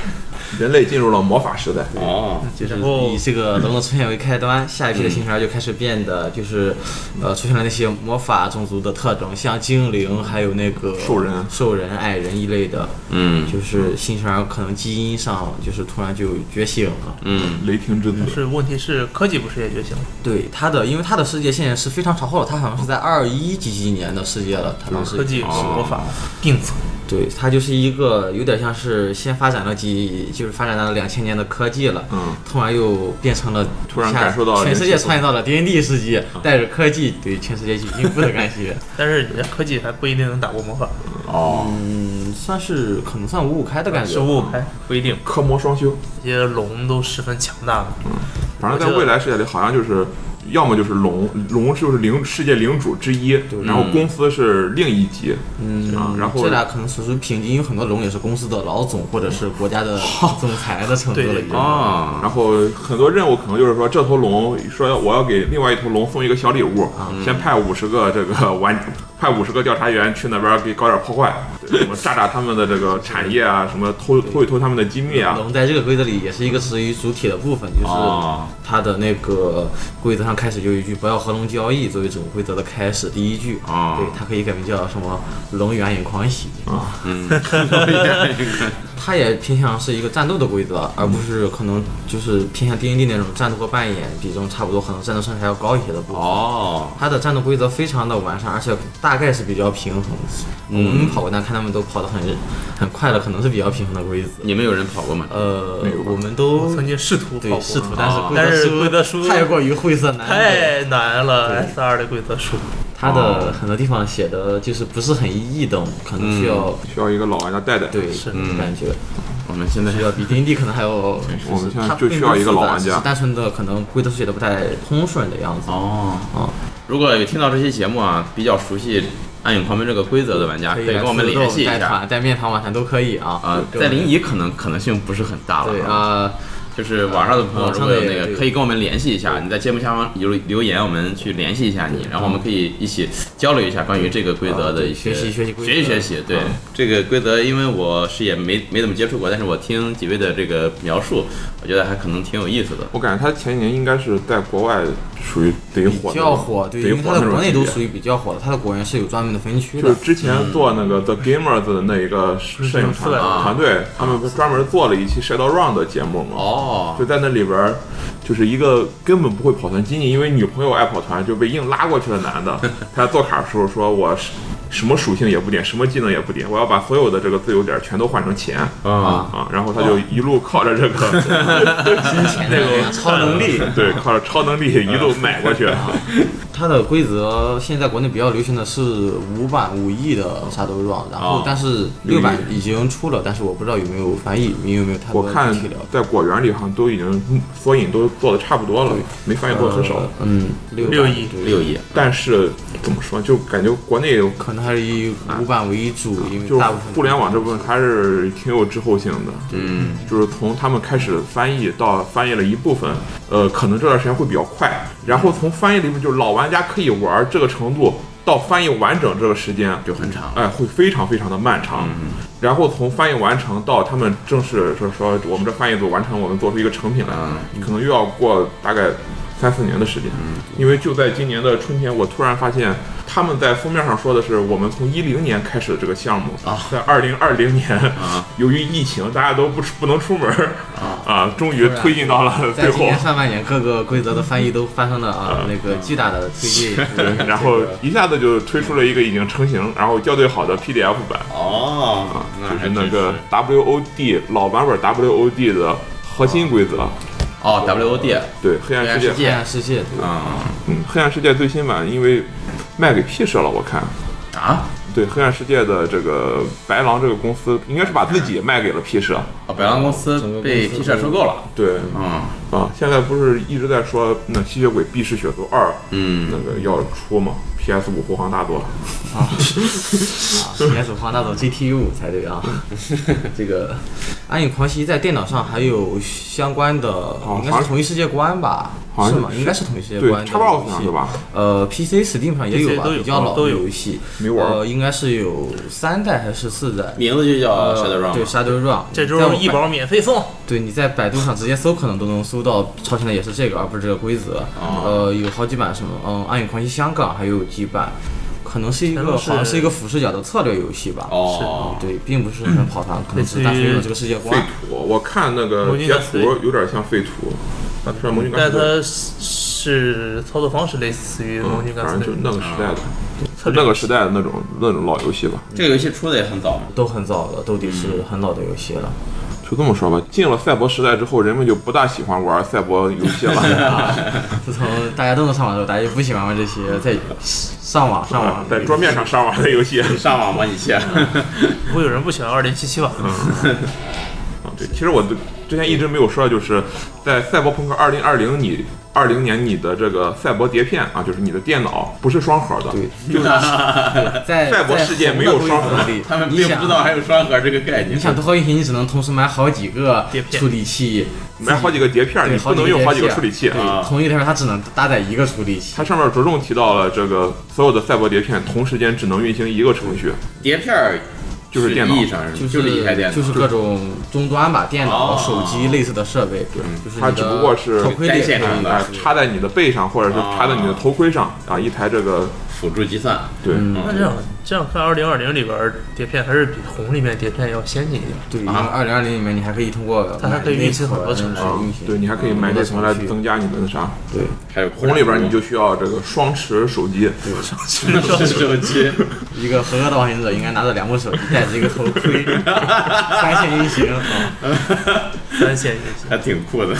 Speaker 2: 人类进入了魔法时代。
Speaker 1: 哦，
Speaker 4: 就是
Speaker 3: 然后
Speaker 4: 以这个龙的出现为开端，下
Speaker 2: 嗯
Speaker 4: 一批的新手就开始变得就是呃出现了那些魔法种族的特征，像精灵还有那个
Speaker 2: 兽人啊
Speaker 4: 兽人、矮人一类的，
Speaker 1: 嗯
Speaker 4: 就是新生儿可能基因上就是突然就觉醒了。
Speaker 1: 嗯，
Speaker 2: 雷霆之子，
Speaker 3: 是问题是科技不是也觉醒了？
Speaker 4: 对他的，因为他的世界线是非常朝后的，他好像是在二一几几年的世界了，他当时
Speaker 3: 科技与
Speaker 4: 哦
Speaker 3: 魔法并存。
Speaker 4: 对他就是一个有点像是先发展了几，就是发展到两千年的科技了，
Speaker 2: 嗯，
Speaker 4: 突然又变成了
Speaker 2: 突然
Speaker 4: 下
Speaker 2: 感受到了
Speaker 4: 全世界
Speaker 2: 人嗯性
Speaker 4: 创造了 D N D 世界，带着科技对全世界去进步的感 觉，
Speaker 3: 但是人家科技还不一定能打过魔法，
Speaker 1: 哦，
Speaker 4: 嗯，算是可能算五五开的感觉
Speaker 2: 嗯
Speaker 3: 是
Speaker 4: 吧，
Speaker 3: 五五开不一定。
Speaker 2: 科魔双修。
Speaker 3: 这些龙都十分强大
Speaker 4: 嗯
Speaker 3: 嘛，
Speaker 2: 反正在未来世界里，好像就是要么就是龙，龙就是领世界领主之一，然后公司是另一级，嗯啊，然后
Speaker 4: 嗯这俩可能属于平级，因为很多龙也是公司的老总或者是国家 的总裁的程度了
Speaker 3: 对
Speaker 4: 已经。
Speaker 1: 哦，
Speaker 2: 然后很多任务可能就是说，这头龙说要我要给另外一头龙送一个小礼物，
Speaker 4: 嗯
Speaker 2: 先派五十个这个 玩，派五十个调查员去那边给搞点破坏，对什么炸炸他们的这个产业啊，什么偷偷一偷他们的机
Speaker 4: 嗯
Speaker 2: 密啊，
Speaker 4: 龙在这个规则里也是一个属于主体的部分，就是
Speaker 2: 哦
Speaker 4: 它的那个规则上上开始就有一句“不要合笼交易”作为整个规则的开始第一句。
Speaker 1: 哦
Speaker 4: 对，它可以改名叫什么“龙源与狂喜”。
Speaker 1: 嗯
Speaker 4: 它也偏向是一个战斗的规则，而不是可能就是偏向 D N D 那种战斗和扮演比重差不多，可能战斗胜率还要高一些的部 分。
Speaker 1: 哦，
Speaker 4: 它的战斗规则非常的完善，而且大概是比较平衡。我们跑过，但看他们都跑得很很快了，可能是比较平衡的规则。
Speaker 1: 你们有人跑过吗？
Speaker 4: 呃
Speaker 2: 没有，吧
Speaker 4: 我们都
Speaker 3: 我曾经试图跑
Speaker 4: 对
Speaker 3: 过，
Speaker 4: 试图，但是
Speaker 1: 啊
Speaker 4: 规则
Speaker 3: 但是规则
Speaker 4: 书
Speaker 3: 书
Speaker 4: 太过于晦涩难懂。
Speaker 3: 太难了，S 二的规则书。
Speaker 4: 它
Speaker 2: 哦
Speaker 4: 的很多地方写的就是不是很易懂，可能需要
Speaker 2: 需要一个老玩家带带。
Speaker 4: 对
Speaker 3: 是
Speaker 2: 嗯
Speaker 4: 感觉
Speaker 1: 我们现在
Speaker 4: 需要比 D N D 可能还要，
Speaker 2: 我们现在
Speaker 4: 它
Speaker 2: 就需要一个老玩
Speaker 4: 并不是复杂只
Speaker 2: 家
Speaker 4: 是单纯的可能规则书写的不太通顺的样子。
Speaker 1: 哦
Speaker 4: 哦
Speaker 1: 如果有听到这期节目啊，比较熟悉《暗影狂奔》这个规则的玩家，
Speaker 4: 可
Speaker 1: 可
Speaker 4: 以
Speaker 1: 以
Speaker 4: 来
Speaker 1: 跟我们
Speaker 4: 互动
Speaker 1: 联系一
Speaker 4: 带
Speaker 1: 下。
Speaker 4: 团、带面谈、晚谈都可以啊。
Speaker 1: 啊，
Speaker 4: 对
Speaker 1: 在临沂可能可能性不是很大了。
Speaker 4: 对，啊，
Speaker 1: 就是网上的朋友
Speaker 4: 网
Speaker 1: 如
Speaker 4: 上
Speaker 1: 果
Speaker 4: 的
Speaker 1: 有
Speaker 4: 啊也
Speaker 1: 那
Speaker 4: 对
Speaker 1: 个，可以跟我们联系一下。你在节目下方留留言，我们去联系一下你，然后我们可以一起交流一下关于这个规则的一些
Speaker 4: 啊对学习学习规则啊
Speaker 1: 学习学习。对
Speaker 2: 嗯
Speaker 1: 这个规则，因为我是也没没怎么接触过，但是我听几位的这个描述，我觉得还可能挺有意思的。
Speaker 2: 我感觉他前几年应该是在国外属于贼火的，
Speaker 4: 比较火，对，因
Speaker 2: 贼
Speaker 4: 为
Speaker 2: 火
Speaker 4: 它在
Speaker 2: 那种
Speaker 4: 国内都
Speaker 2: 级别
Speaker 4: 属于比较火的，它的果园是有专门的分区
Speaker 2: 就
Speaker 4: 的
Speaker 2: 是。之前做那个
Speaker 4: 嗯
Speaker 2: The Gamers 的那一个摄影团
Speaker 3: 嗯
Speaker 2: 团
Speaker 4: 啊
Speaker 2: 队，他们不是专门做了一期 Shadow Run 的节目吗？
Speaker 1: 哦
Speaker 2: 就在那里边儿，就是一个根本不会跑团，仅仅因为女朋友爱跑团就被硬拉过去的 男的，他做卡的时候说：“我是什么属性也不点，什么技能也不点，我要把所有的这个自由点全都换成钱。”
Speaker 1: 啊，
Speaker 2: 啊，然后他就一路靠着 这个金钱
Speaker 4: 对超能 力，
Speaker 2: 对，靠着超能力一路买过去。啊
Speaker 4: 它的规则现在国内比较流行的是五版五亿的杀毒状，然后
Speaker 1: 啊
Speaker 4: 但是六
Speaker 2: 六亿
Speaker 4: 版已经出了，但是我不知道有没有翻译，你有没有太
Speaker 2: 我
Speaker 4: 多
Speaker 2: 看
Speaker 4: 具体了解？
Speaker 2: 在果园里好像都已经缩影都做的差不多了，没翻译做的很少。
Speaker 4: 呃嗯，六
Speaker 3: 六
Speaker 4: 版
Speaker 3: 亿
Speaker 4: 对
Speaker 1: 六亿，
Speaker 2: 但是怎么说，就感觉国内
Speaker 4: 可能还是以五版为主，因
Speaker 2: 就
Speaker 4: 为
Speaker 2: 是
Speaker 4: 大部分
Speaker 2: 互联网这部分还是挺有滞后性的。
Speaker 1: 嗯，
Speaker 2: 就是从他们开始翻译到翻译了一部分，呃，可能这段时间会比较快。然后从翻译了一部分，就是老玩家可以玩这个程度，到翻译完整这个时间，
Speaker 1: 就很长。
Speaker 2: 哎，会非常非常的漫长。然后从翻译完成到他们正式说说我们这翻译组完成，我们做出一个成品来，可能又要过大概三四年的时间。因为就在今年的春天，我突然发现他们在封面上说的是我们从一零年开始这个项目，在二零二零年， 由于疫情大家都不出不能出门儿啊，终于推进到了
Speaker 4: 在
Speaker 2: 最
Speaker 4: 今
Speaker 2: 后
Speaker 4: 年。上半年各个规则的翻译都发生了啊那个巨大的推进，
Speaker 2: 然后一下子就推出了一个已经成型，然后校对好的 PDF 版，
Speaker 1: 哦，
Speaker 2: 就是
Speaker 1: 还
Speaker 2: 那
Speaker 1: 真
Speaker 2: 个 WOD 老版本 WOD 的核心规则，
Speaker 1: 哦，WOD
Speaker 2: 对黑暗
Speaker 1: 黑暗世
Speaker 2: 世界，
Speaker 1: 界
Speaker 4: 黑暗世界对
Speaker 1: 啊
Speaker 2: 嗯，黑暗世界最新版因为卖给 P 社了，我看。
Speaker 1: 啊，
Speaker 2: 对黑暗世界的这个白狼这个公司，应该是把自己卖给了 P 社。
Speaker 1: 哦百浪公司被 P 社收购了。
Speaker 2: 对，
Speaker 1: 嗯
Speaker 2: 啊，现在不是一直在说那吸血鬼必是血族二那
Speaker 1: 嗯，
Speaker 2: 个要出吗？PS 五护航大作，
Speaker 4: 啊，十年手放那种 GTU 才 对啊。这个《暗影狂袭》在电脑上还有相关的，应该
Speaker 2: 好像
Speaker 4: 是同一世界观吧？
Speaker 2: 啊好像
Speaker 4: 是吗？
Speaker 2: 是
Speaker 4: 应该是同一世界
Speaker 2: 对
Speaker 4: 观的游
Speaker 2: Xbox 上
Speaker 4: 戏
Speaker 2: 是？吧？
Speaker 4: 呃，PC、Steam 上也有吧，
Speaker 3: PC 都有
Speaker 4: 比
Speaker 3: 哦
Speaker 4: 较老
Speaker 3: 都
Speaker 4: 的
Speaker 3: 有
Speaker 4: 游戏，
Speaker 2: 没玩儿
Speaker 4: 呃，应该是有三代还是四代？
Speaker 1: 名字就叫
Speaker 4: 呃
Speaker 1: Shadow Run
Speaker 4: 对
Speaker 1: 嘛。
Speaker 4: Shadow Run，
Speaker 3: 这
Speaker 4: 在
Speaker 3: 周
Speaker 4: 我
Speaker 3: 一
Speaker 4: 百
Speaker 3: 包免费送，
Speaker 4: 对，你在百度上直接搜，可能都能搜到超前的也是这个，而不是这个规则。呃，有好几版什么，嗯，《暗影狂袭》香港还有几版，可能是一
Speaker 3: 全
Speaker 4: 个
Speaker 3: 都是
Speaker 4: 好像是一个俯视角的策略游戏吧。
Speaker 1: 哦
Speaker 4: 嗯对，并不是很跑团，可能
Speaker 3: 类似
Speaker 4: 是
Speaker 3: 于
Speaker 4: 单纯有这个世界
Speaker 2: 废
Speaker 4: 观。
Speaker 2: 土，我看那个
Speaker 3: 魔镜
Speaker 2: 截
Speaker 3: 敢
Speaker 2: 图
Speaker 3: 死
Speaker 2: 有点像废土，但是魔镜敢
Speaker 3: 但
Speaker 2: 死
Speaker 3: 它是操作方式类似于《龙
Speaker 2: 嗯
Speaker 3: 君
Speaker 2: 反
Speaker 3: 敢死
Speaker 2: 正
Speaker 3: 队
Speaker 2: 就》那个时代的。
Speaker 3: 策略
Speaker 2: 那个时代的那种那种老游戏吧，
Speaker 1: 这个游戏出的也很早嘛。
Speaker 4: 都很早了，都得是很老的游戏了。
Speaker 2: 就这么说吧。进了赛博时代之后，人们就不大喜欢玩赛博游 戏了，
Speaker 4: 啊自从大家都能上网之后，大家就不喜欢玩这些在上网上网
Speaker 2: 在桌面上上网的 游戏。
Speaker 1: 上网模拟器，
Speaker 3: 不会有人不喜欢二零七七吧？
Speaker 4: 嗯
Speaker 2: 啊对，其实我对之前一直没有说，就是在赛博朋克二零二零你。二零年你的这个赛博碟片啊，就是你的电脑不是双核的，
Speaker 4: 对
Speaker 2: 就是
Speaker 4: 在
Speaker 2: 赛博
Speaker 4: 在
Speaker 2: 世界
Speaker 4: 红
Speaker 2: 没
Speaker 4: 的
Speaker 2: 有
Speaker 4: 规
Speaker 2: 双
Speaker 4: 则
Speaker 2: 核
Speaker 4: 里
Speaker 1: 他们
Speaker 4: 你
Speaker 1: 并
Speaker 4: 想
Speaker 1: 不知道还有双核这个概念
Speaker 4: 你。想多少运行，你只能同时买好几个
Speaker 3: 碟片
Speaker 4: 处理器，
Speaker 2: 买好几个碟片，
Speaker 4: 对
Speaker 2: 你不能用好几个处理器。啊
Speaker 4: 对，同一个台面它只能搭载一个处理器
Speaker 2: 它。上面着重提到了这个所有的赛博碟片同时间只能运行一个程序，
Speaker 1: 碟片儿
Speaker 2: 就是电脑
Speaker 1: 意义上
Speaker 4: 就是
Speaker 1: 一台电脑，
Speaker 4: 就是各种终端吧，电脑、
Speaker 1: 哦
Speaker 4: 手机类似的设备，对
Speaker 2: 嗯
Speaker 4: 就是
Speaker 2: 它
Speaker 4: 你的
Speaker 2: 只不过是
Speaker 4: 头盔里
Speaker 1: 在线上的
Speaker 2: 哎
Speaker 4: 的，
Speaker 2: 插在你的背上，或者是插在你的头盔上啊，一台这个
Speaker 1: 辅助计算。
Speaker 2: 对，
Speaker 4: 嗯
Speaker 3: 那这样这样看，二零二零里边儿碟片还是比红里面碟片要先进一点。
Speaker 4: 对，因为二零二零里面你还可以通过
Speaker 3: 它还可以
Speaker 4: 买内
Speaker 3: 运行很多
Speaker 4: 存
Speaker 3: 程序
Speaker 4: 来
Speaker 2: 啊
Speaker 4: 运行，
Speaker 2: 对你还可以买这层来增加你的那啥。
Speaker 4: 对
Speaker 1: 还有
Speaker 2: 红里边你就需要这个双持手机，
Speaker 1: 是 手机，
Speaker 4: 一个合格的网瘾者应该拿着两部手机，戴着一个头 盔，三线运行。 嗯
Speaker 3: 三线运行。
Speaker 1: 还挺酷的。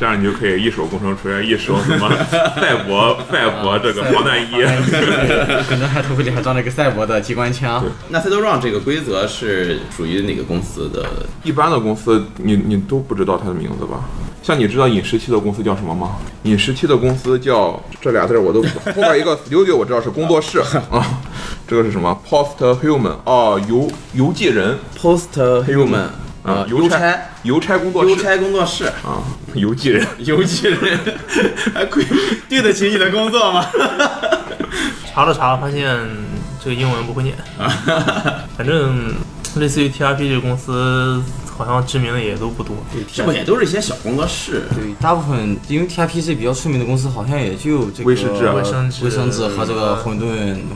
Speaker 2: 这样你就可以一手工程锤，一手什么 赛博赛博这个防弹衣。
Speaker 4: 对可能还头盔里还装了一个赛博的机关枪。
Speaker 1: 那 Side Run 这个规则是属于哪个公司的？
Speaker 2: 一般的公司你你都不知道它的名字吧？像你知道饮食期的公司叫什么吗？饮食期的公司叫这俩字儿我都不 知道后边一个 studio 我知道是工作室啊，这个是什么？Post Human 哦，邮邮寄人
Speaker 1: Post Human
Speaker 2: 啊
Speaker 1: 啊，，
Speaker 2: 邮
Speaker 1: 差
Speaker 2: 差邮差工作
Speaker 1: 邮
Speaker 2: 室
Speaker 1: 差工作室，
Speaker 2: 啊，邮寄人。
Speaker 1: 邮寄人，还 贵，对得起你的工作吗？
Speaker 3: 查了查，发现这个英文不 会念。反正类似于 TRP 这个公司，好像知名的也都不多。
Speaker 1: 这不也都是一些小工作室？
Speaker 4: 对，大部分因为 TRP 是比较出名的公司，好像也就这个
Speaker 2: 威士忌啊
Speaker 4: 卫
Speaker 3: 卫生纸
Speaker 4: 生纸和这个混沌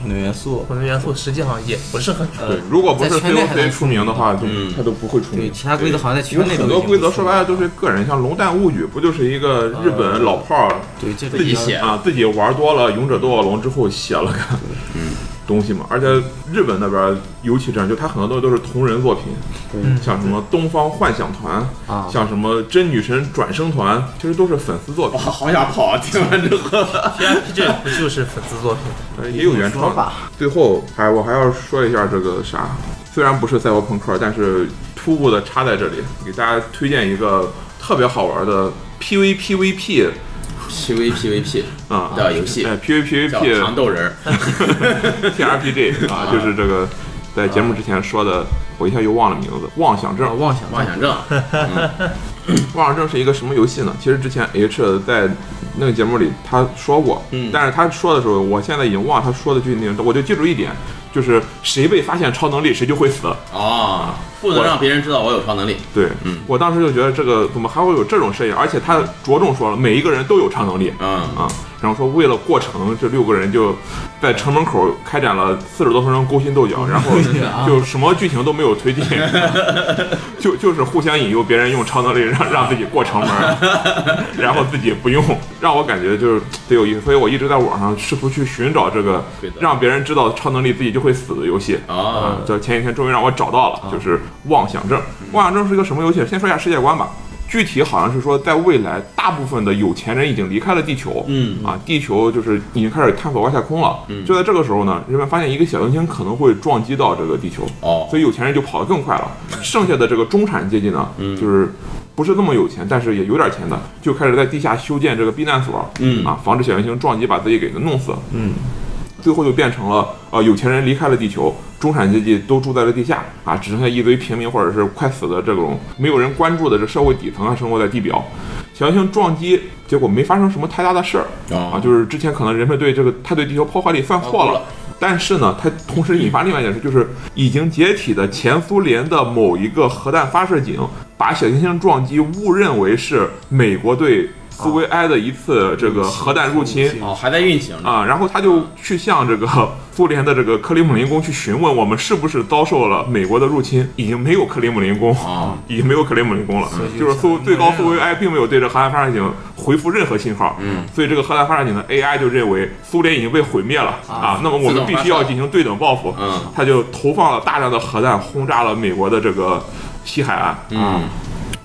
Speaker 4: 混沌元素。
Speaker 3: 混沌元素实际上也不是很多。
Speaker 2: 对，如果不是
Speaker 4: 在圈内还
Speaker 2: COC
Speaker 4: 能
Speaker 2: 出名的话，就
Speaker 1: 嗯
Speaker 2: 他都不会出
Speaker 4: 对，
Speaker 2: 名。
Speaker 4: 其他规则好像在
Speaker 2: 有
Speaker 4: 圈内都
Speaker 2: 很
Speaker 4: 已
Speaker 2: 多
Speaker 4: 经不
Speaker 2: 规则说
Speaker 4: 错
Speaker 2: 白
Speaker 4: 了
Speaker 2: 了都是个人，像《龙蛋物语》不就是一个日
Speaker 4: 呃
Speaker 2: 本老炮儿
Speaker 4: 对这种
Speaker 1: 自己
Speaker 4: 比较
Speaker 1: 写
Speaker 2: 啊，自己玩多了《勇者斗恶龙》之后写了个
Speaker 4: 嗯
Speaker 2: 东西嘛。而且日本那边儿尤其这样，就他很多东西都是同人作品，
Speaker 3: 嗯，
Speaker 2: 像什么东方幻想团
Speaker 4: 啊
Speaker 2: 像什么真女神转生团，其实都是粉丝作
Speaker 1: 我
Speaker 2: 品，
Speaker 1: 好想 跑，啊听完之后，
Speaker 3: TRP 这不 就是粉丝作品？
Speaker 2: 但也有原
Speaker 4: 哦说
Speaker 2: 创的
Speaker 4: 法。
Speaker 2: 最后还我还要说一下这个啥，虽然不是赛博朋克，但是突兀的插在这里，给大家推荐一个特别好玩的 PVPVP
Speaker 1: PVPVP
Speaker 2: 啊。
Speaker 1: 的游戏叫
Speaker 2: 哎
Speaker 1: 糖
Speaker 2: ，PVPVP
Speaker 1: 豆人儿，
Speaker 2: TRPG 啊，就是这个在节目之前说的，我一下又忘了名字。妄想
Speaker 4: 啊
Speaker 2: 症，
Speaker 4: 妄想
Speaker 1: 妄想 症，
Speaker 2: 妄想症是一个什么游戏呢？其实之前 H 在那个节目里他说过，
Speaker 1: 嗯
Speaker 2: 但是他说的时候，我现在已经忘了他说的具体内容，我就记住一点，就是谁被发现超能力，谁就会死。
Speaker 1: 哦，不能让别人知道我有超能力。
Speaker 2: 对，
Speaker 1: 嗯
Speaker 2: 我当时就觉得这个怎么还会有这种设定，而且他着重说了每一个人都有超能力
Speaker 1: 嗯，
Speaker 2: 啊，然后说为了过程，这六个人就在城门口开展了四十多分钟勾心斗角，然 后
Speaker 4: 啊
Speaker 2: 就什么剧情都没有推进， 就就是互相引诱别人用超能力让让自己过城门，然后自己不用，让我感觉就是贼有意思，所以我一直在网上试图去寻找这个
Speaker 1: 对的
Speaker 2: 让别人知道超能力自己就会死的游戏。
Speaker 1: 哦，
Speaker 2: 嗯，这前几天终于让我找到
Speaker 1: 啊
Speaker 2: 了，就是妄想症。妄想症是一个什么游戏？先说一下世界观吧。具体好像是说，在未来，大部分的有钱人已经离开了地球，
Speaker 1: 嗯
Speaker 2: 啊，地球就是已经开始探索外太空了。
Speaker 1: 嗯
Speaker 2: 就在这个时候呢，人们发现一个小行星可能会撞击到这个地球，
Speaker 1: 哦，
Speaker 2: 所以有钱人就跑得更快了。剩下的这个中产阶级呢，
Speaker 1: 嗯
Speaker 2: 就是不是那么有钱，但是也有点钱的，就开始在地下修建这个避难所，
Speaker 1: 嗯
Speaker 2: 啊，防止小行星撞击把自己给弄死。
Speaker 4: 嗯，
Speaker 2: 最后就变成了呃，有钱人离开了地球，中产阶级都住在了地下啊，只剩下一堆平民或者是快死的这种没有人关注的这社会底层啊，生活在地表。小行星撞击，结果没发生什么太大的事儿啊，
Speaker 1: 哦，
Speaker 2: 就是之前可能人们对这个他对地球破坏力算错
Speaker 1: 哦
Speaker 2: 了。但是呢，它同时引发另外一件事，就是已经解体的前苏联的某一个核弹发射井，把小行星撞击误认为是美国对苏维埃的一次这个核弹入侵，
Speaker 1: 哦，还在运行着。
Speaker 2: 啊，然后他就去向这个苏联的这个克里姆林宫去询问，我们是不是遭受了美国的入侵？已经没有克里姆林宫，
Speaker 1: 哦，
Speaker 2: 已经没有克里姆林宫了，
Speaker 4: 以就
Speaker 2: 就是苏
Speaker 4: 是
Speaker 2: 最高苏维埃并没有对这核弹发射井回复任何信号，
Speaker 1: 嗯，
Speaker 2: 所以这个核弹发射井的 AI 就认为苏联已经被毁灭了啊，那么我
Speaker 1: 自
Speaker 2: 们
Speaker 1: 动
Speaker 2: 必
Speaker 1: 发
Speaker 2: 须要
Speaker 1: 射
Speaker 2: 进行对等报复，
Speaker 1: 嗯
Speaker 2: 他就投放了大量的核弹轰炸了美国的这个西海岸，啊。
Speaker 1: 嗯，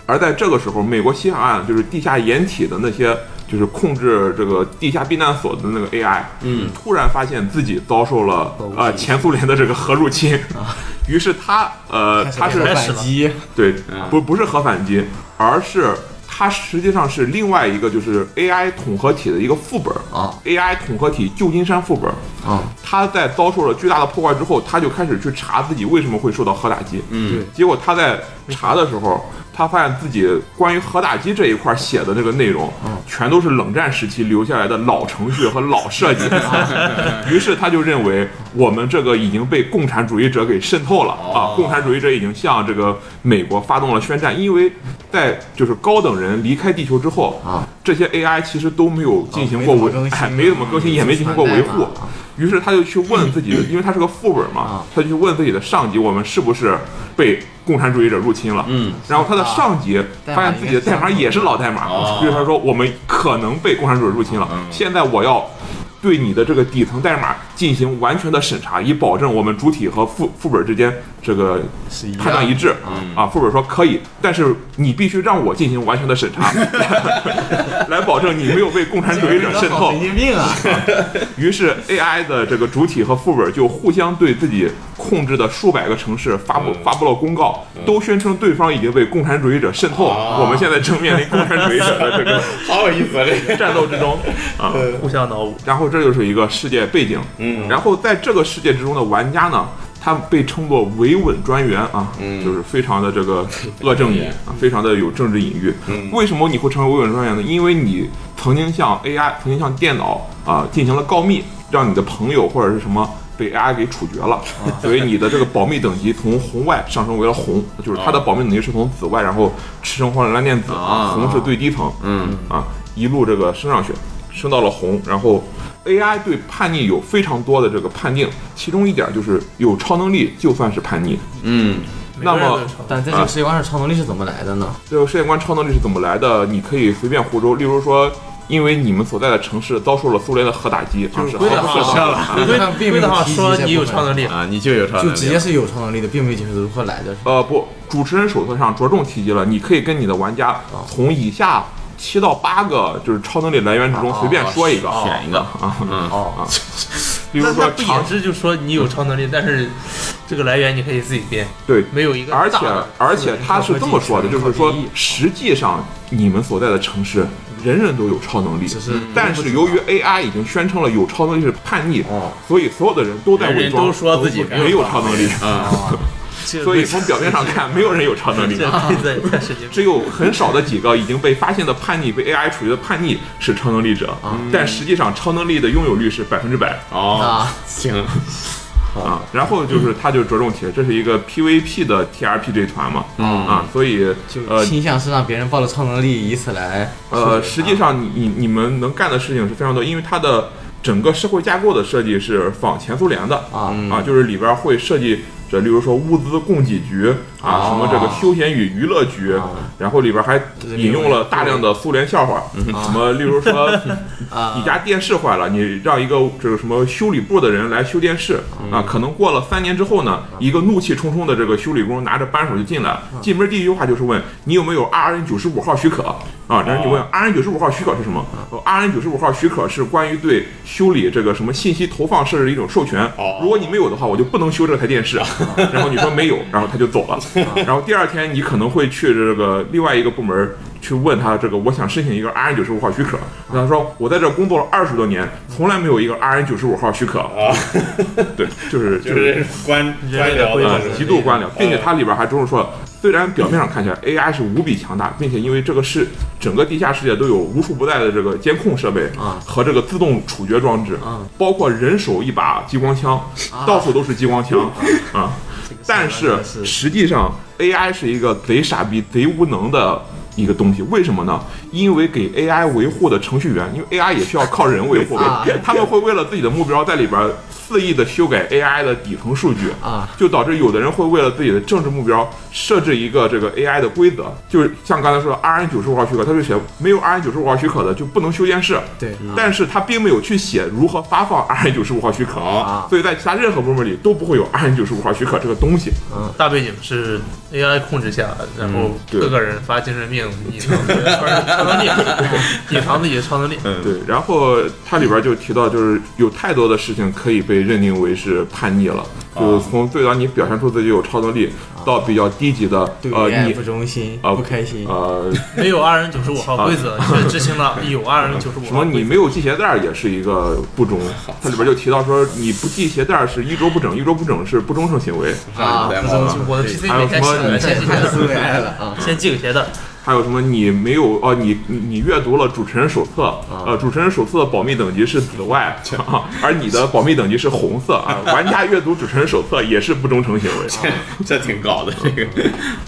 Speaker 2: 而在这个时候，美国西海岸就是地下掩体的那些，就是控制这个地下避难所的那个 AI，
Speaker 1: 嗯，
Speaker 2: 突然发现自己遭受了
Speaker 4: 入侵
Speaker 2: 呃前苏联的这个核入侵，于是他呃他是
Speaker 3: 开始
Speaker 4: 反击，
Speaker 2: 对
Speaker 1: 嗯
Speaker 2: 不不是核反击，而是它实际上是另外一个就是 AI 统合体的一个副本
Speaker 4: 啊
Speaker 2: AI 统合体旧金山副本，
Speaker 4: 啊，
Speaker 2: 他在遭受了巨大的破坏之后，他就开始去查自己为什么会受到核打击，
Speaker 1: 嗯
Speaker 2: 结果他在查的时候，他发现自己关于核打击这一块写的这个内容，
Speaker 4: 嗯
Speaker 2: 全都是冷战时期留下来的老程序和老设 计。于是他就认为我们这个已经被共产主义者给渗透了
Speaker 1: 哦！
Speaker 2: 啊共产主义者已经向这个美国发动了宣战，因为在就是高等人离开地球之后
Speaker 4: 啊，哦
Speaker 2: 这些 AI 其实都没有进行
Speaker 4: 没
Speaker 2: 过
Speaker 4: 怎么
Speaker 2: 维，
Speaker 4: 更新
Speaker 2: 哎，没怎么更新，也没进行过维护啊
Speaker 4: 传代码。
Speaker 2: 于是他就去问自己的，因为他是个副本嘛
Speaker 4: 啊，
Speaker 2: 他就去问自己的上级，我们是不是被共产主义者入侵了？
Speaker 1: 嗯，
Speaker 2: 然后他的上级
Speaker 4: 代码
Speaker 2: 发现自己的啊代码也是老代码嗯
Speaker 1: 哦，
Speaker 2: 就是他说我们可能被共产主义入侵了，现在我要。对你的这个底层代码进行完全的审查，以保证我们主体和副副本之间这个
Speaker 4: 是一
Speaker 2: 判断
Speaker 4: 样
Speaker 2: 一致啊。副本说可以，但是你必须让我进行完全的审查， 来保证你没有被共产主义者渗透
Speaker 4: 神。经病啊！
Speaker 2: 于是 AI 的这个主体和副本就互相对自己控制的数百个城市发布、发布了公告，都宣称对方已经被共产主义者渗透，
Speaker 1: 哦
Speaker 2: 我们现在正面临共产主义者的这个
Speaker 1: 好有意思啊，这个
Speaker 2: 战斗之中啊。
Speaker 3: 互相脑补。
Speaker 2: 然后这就是一个世界背景，
Speaker 1: 嗯
Speaker 2: 然后在这个世界之中的玩家呢，他被称作维稳专员啊，
Speaker 1: 嗯
Speaker 2: 就是非常的这个恶政
Speaker 1: 专
Speaker 2: 隐
Speaker 1: 员
Speaker 2: 啊，非常的有政治隐喻。
Speaker 1: 嗯
Speaker 2: 为什么你会成为维稳专员呢？因为你曾经向 AI，曾经向电脑啊进行了告密，让你的朋友或者是什么。被 AI 给处决了，
Speaker 1: 啊
Speaker 2: 所以你的这个保密等级从红外上升为了红，就是它的保密等级是从紫外，然后赤橙黄蓝靛紫，
Speaker 1: 啊
Speaker 2: 红是最低层，
Speaker 1: 嗯
Speaker 2: 啊，一路这个升上去，升到了红，然后 AI 对叛逆有非常多的这个判定，其中一点就是有超能力就算是叛逆。
Speaker 1: 嗯
Speaker 2: 那么
Speaker 4: 但在这个世界观上，超能力是怎么来的呢？
Speaker 2: 这个世界观超能力是怎么来的？你可以随便胡诌，例如说。因为你们所在的城市遭受了苏联的核打击，啊是
Speaker 4: 归
Speaker 2: 毫
Speaker 4: 的
Speaker 2: 不
Speaker 4: 话
Speaker 2: 设防的。
Speaker 4: 归归
Speaker 3: 规规的话说你有超能力，
Speaker 1: 啊，你就有超能力
Speaker 4: 就
Speaker 1: 了，
Speaker 4: 直接是有超能力的，并没有解释如何来的。
Speaker 2: 呃，不，主持人手册上着重提及了，你可以跟你的玩家从以下七到八个就是超能力来源之中随便说一个，
Speaker 1: 选一个啊，嗯
Speaker 4: 哦，
Speaker 2: 例如
Speaker 3: 那那
Speaker 2: 说
Speaker 3: 不也
Speaker 2: 长
Speaker 3: 是就说你有超能力，但是这个来源你可以自己编，
Speaker 2: 对
Speaker 3: 没有一个
Speaker 2: 而且
Speaker 3: 大的
Speaker 2: 而且他是这么说的，就是说，实际上你们所在的城市人人都有超能力，
Speaker 4: 只是
Speaker 2: 但是由于 AI 已经宣称了有超能力是叛逆，
Speaker 4: 哦
Speaker 2: 所以所有的人都在
Speaker 1: 人
Speaker 2: 伪
Speaker 1: 人
Speaker 2: 装，
Speaker 1: 都说自己
Speaker 2: 没有超能力，
Speaker 1: 啊，
Speaker 2: 所以从表面上看，没有人有超 能力。
Speaker 3: 这可以在在世界
Speaker 2: 只有很少的几个已经被发现的叛逆，被 AI 处于的叛逆是超能力者，但实际上超能力的拥有率是百分之百
Speaker 1: 哦，
Speaker 4: 啊，
Speaker 1: 行，
Speaker 2: 啊。然后就是他就着重提，这是一个 PVP 的 TRPG 团嘛，
Speaker 1: 嗯
Speaker 2: 啊，所以
Speaker 4: 就
Speaker 2: 呃
Speaker 4: 倾向是让别人抱着超能力，以此来
Speaker 2: 呃，实际上你你你们能干的事情是非常多，因为它的整个社会架构的设计是仿前苏联的
Speaker 4: 啊
Speaker 2: 啊，就是里边儿会设计着，例如说物资供给局啊，
Speaker 4: 哦
Speaker 2: 什么这个休闲与娱乐局，然后里边儿还引用了大量的苏联笑话，什么例如说
Speaker 4: 啊
Speaker 2: 你家电视坏了，你让一个这个什么修理部的人来修电视啊，可能过了三年之后呢，一个怒气冲冲的这个修理工拿着扳手就进来了，进门第一句话就是问你有没有 RN 九十五号许可啊？然后你问 RN 九十五号许可是什么？RN 九十五号许可是关于对修理这个什么信息投放设置的一种授权
Speaker 1: 哦，
Speaker 2: 如果你没有的话，我就不能修这台电视。然后你说没有，然后他就走了。然后第二天你可能会去这个另外一个部门去问他这个，我想申请一个 RN 九十五号许可。然后他说我在这工作了二十多年，从来没有一个 RN 九十五号许可。对，就是就。
Speaker 1: 就是是官官僚
Speaker 2: 呃
Speaker 1: 的，
Speaker 2: 极度官僚，并且它里边还着重说了，虽然表面上看起来 AI 是无比强大，并且因为这个是整个地下世界都有无处不在的这个监控设备
Speaker 4: 啊
Speaker 2: 和这个自动处决装置
Speaker 4: 啊，
Speaker 2: 包括人手一把激光枪，到处都是激光枪啊。但是
Speaker 4: 是
Speaker 2: 实际上，AI 是一个贼傻逼、贼无能的一个东西。为什么呢？因为给 AI 维护的程序员，因为 AI 也需要靠人维护
Speaker 4: 啊，
Speaker 2: 他们会为了自己的目标在里边肆意的修改 AI 的底层数据
Speaker 4: 啊，
Speaker 2: 就导致有的人会为了自己的政治目标设置一个这个 AI 的规则，就是像刚才说的 RN 九十五号许可，他就写没有 RN 九十五号许可的就不能修电视。
Speaker 4: 对
Speaker 2: 但是他并没有去写如何发放 RN 九十五号许可，哦
Speaker 1: 啊
Speaker 2: 所以在其他任何部门里都不会有 RN 九十五号许可这个东西。
Speaker 4: 嗯
Speaker 3: 大背景是 AI 控制下，然后
Speaker 2: 嗯对
Speaker 3: 各个人发精神病，你能玩超能力，隐藏自己的超能力。
Speaker 1: 嗯，
Speaker 2: 对，然后它里边就提到，就是有太多的事情可以被认定为是叛逆了，
Speaker 4: 啊
Speaker 2: 就是从最早你表现出自己有超能力，到比较低级的，
Speaker 4: 对
Speaker 2: 呃，
Speaker 4: 恋爱
Speaker 2: 你
Speaker 4: 不忠心，
Speaker 2: 啊
Speaker 4: 不开心，
Speaker 2: 呃，
Speaker 3: 没有二人九十五号规则，却执行了有二人九十五
Speaker 2: 啊什
Speaker 3: 号
Speaker 2: 么
Speaker 3: 规
Speaker 2: 你
Speaker 3: 则。
Speaker 2: 没有系鞋带儿也是一个不忠，它里边就提到说你不系鞋带儿是一周不整，一周不整是不忠诚行为，
Speaker 1: 上一代
Speaker 4: 不
Speaker 1: 猫
Speaker 4: 忠
Speaker 1: 了
Speaker 4: 心，
Speaker 3: 我的
Speaker 4: 对
Speaker 3: PC
Speaker 2: 还有
Speaker 3: 没开
Speaker 2: 什
Speaker 3: 始
Speaker 2: 么
Speaker 3: 呢，先
Speaker 4: 这
Speaker 3: 系
Speaker 4: 太
Speaker 3: 个
Speaker 4: 自恋了 啊！
Speaker 3: 先系个鞋带儿，
Speaker 2: 还有什么你没有哦，你你你阅读了主持人手册，呃，主持人手册的保密等级是紫外，啊而你的保密等级是红色啊，玩家阅读主持人手册也是不忠诚行为。
Speaker 1: 这挺高的这个，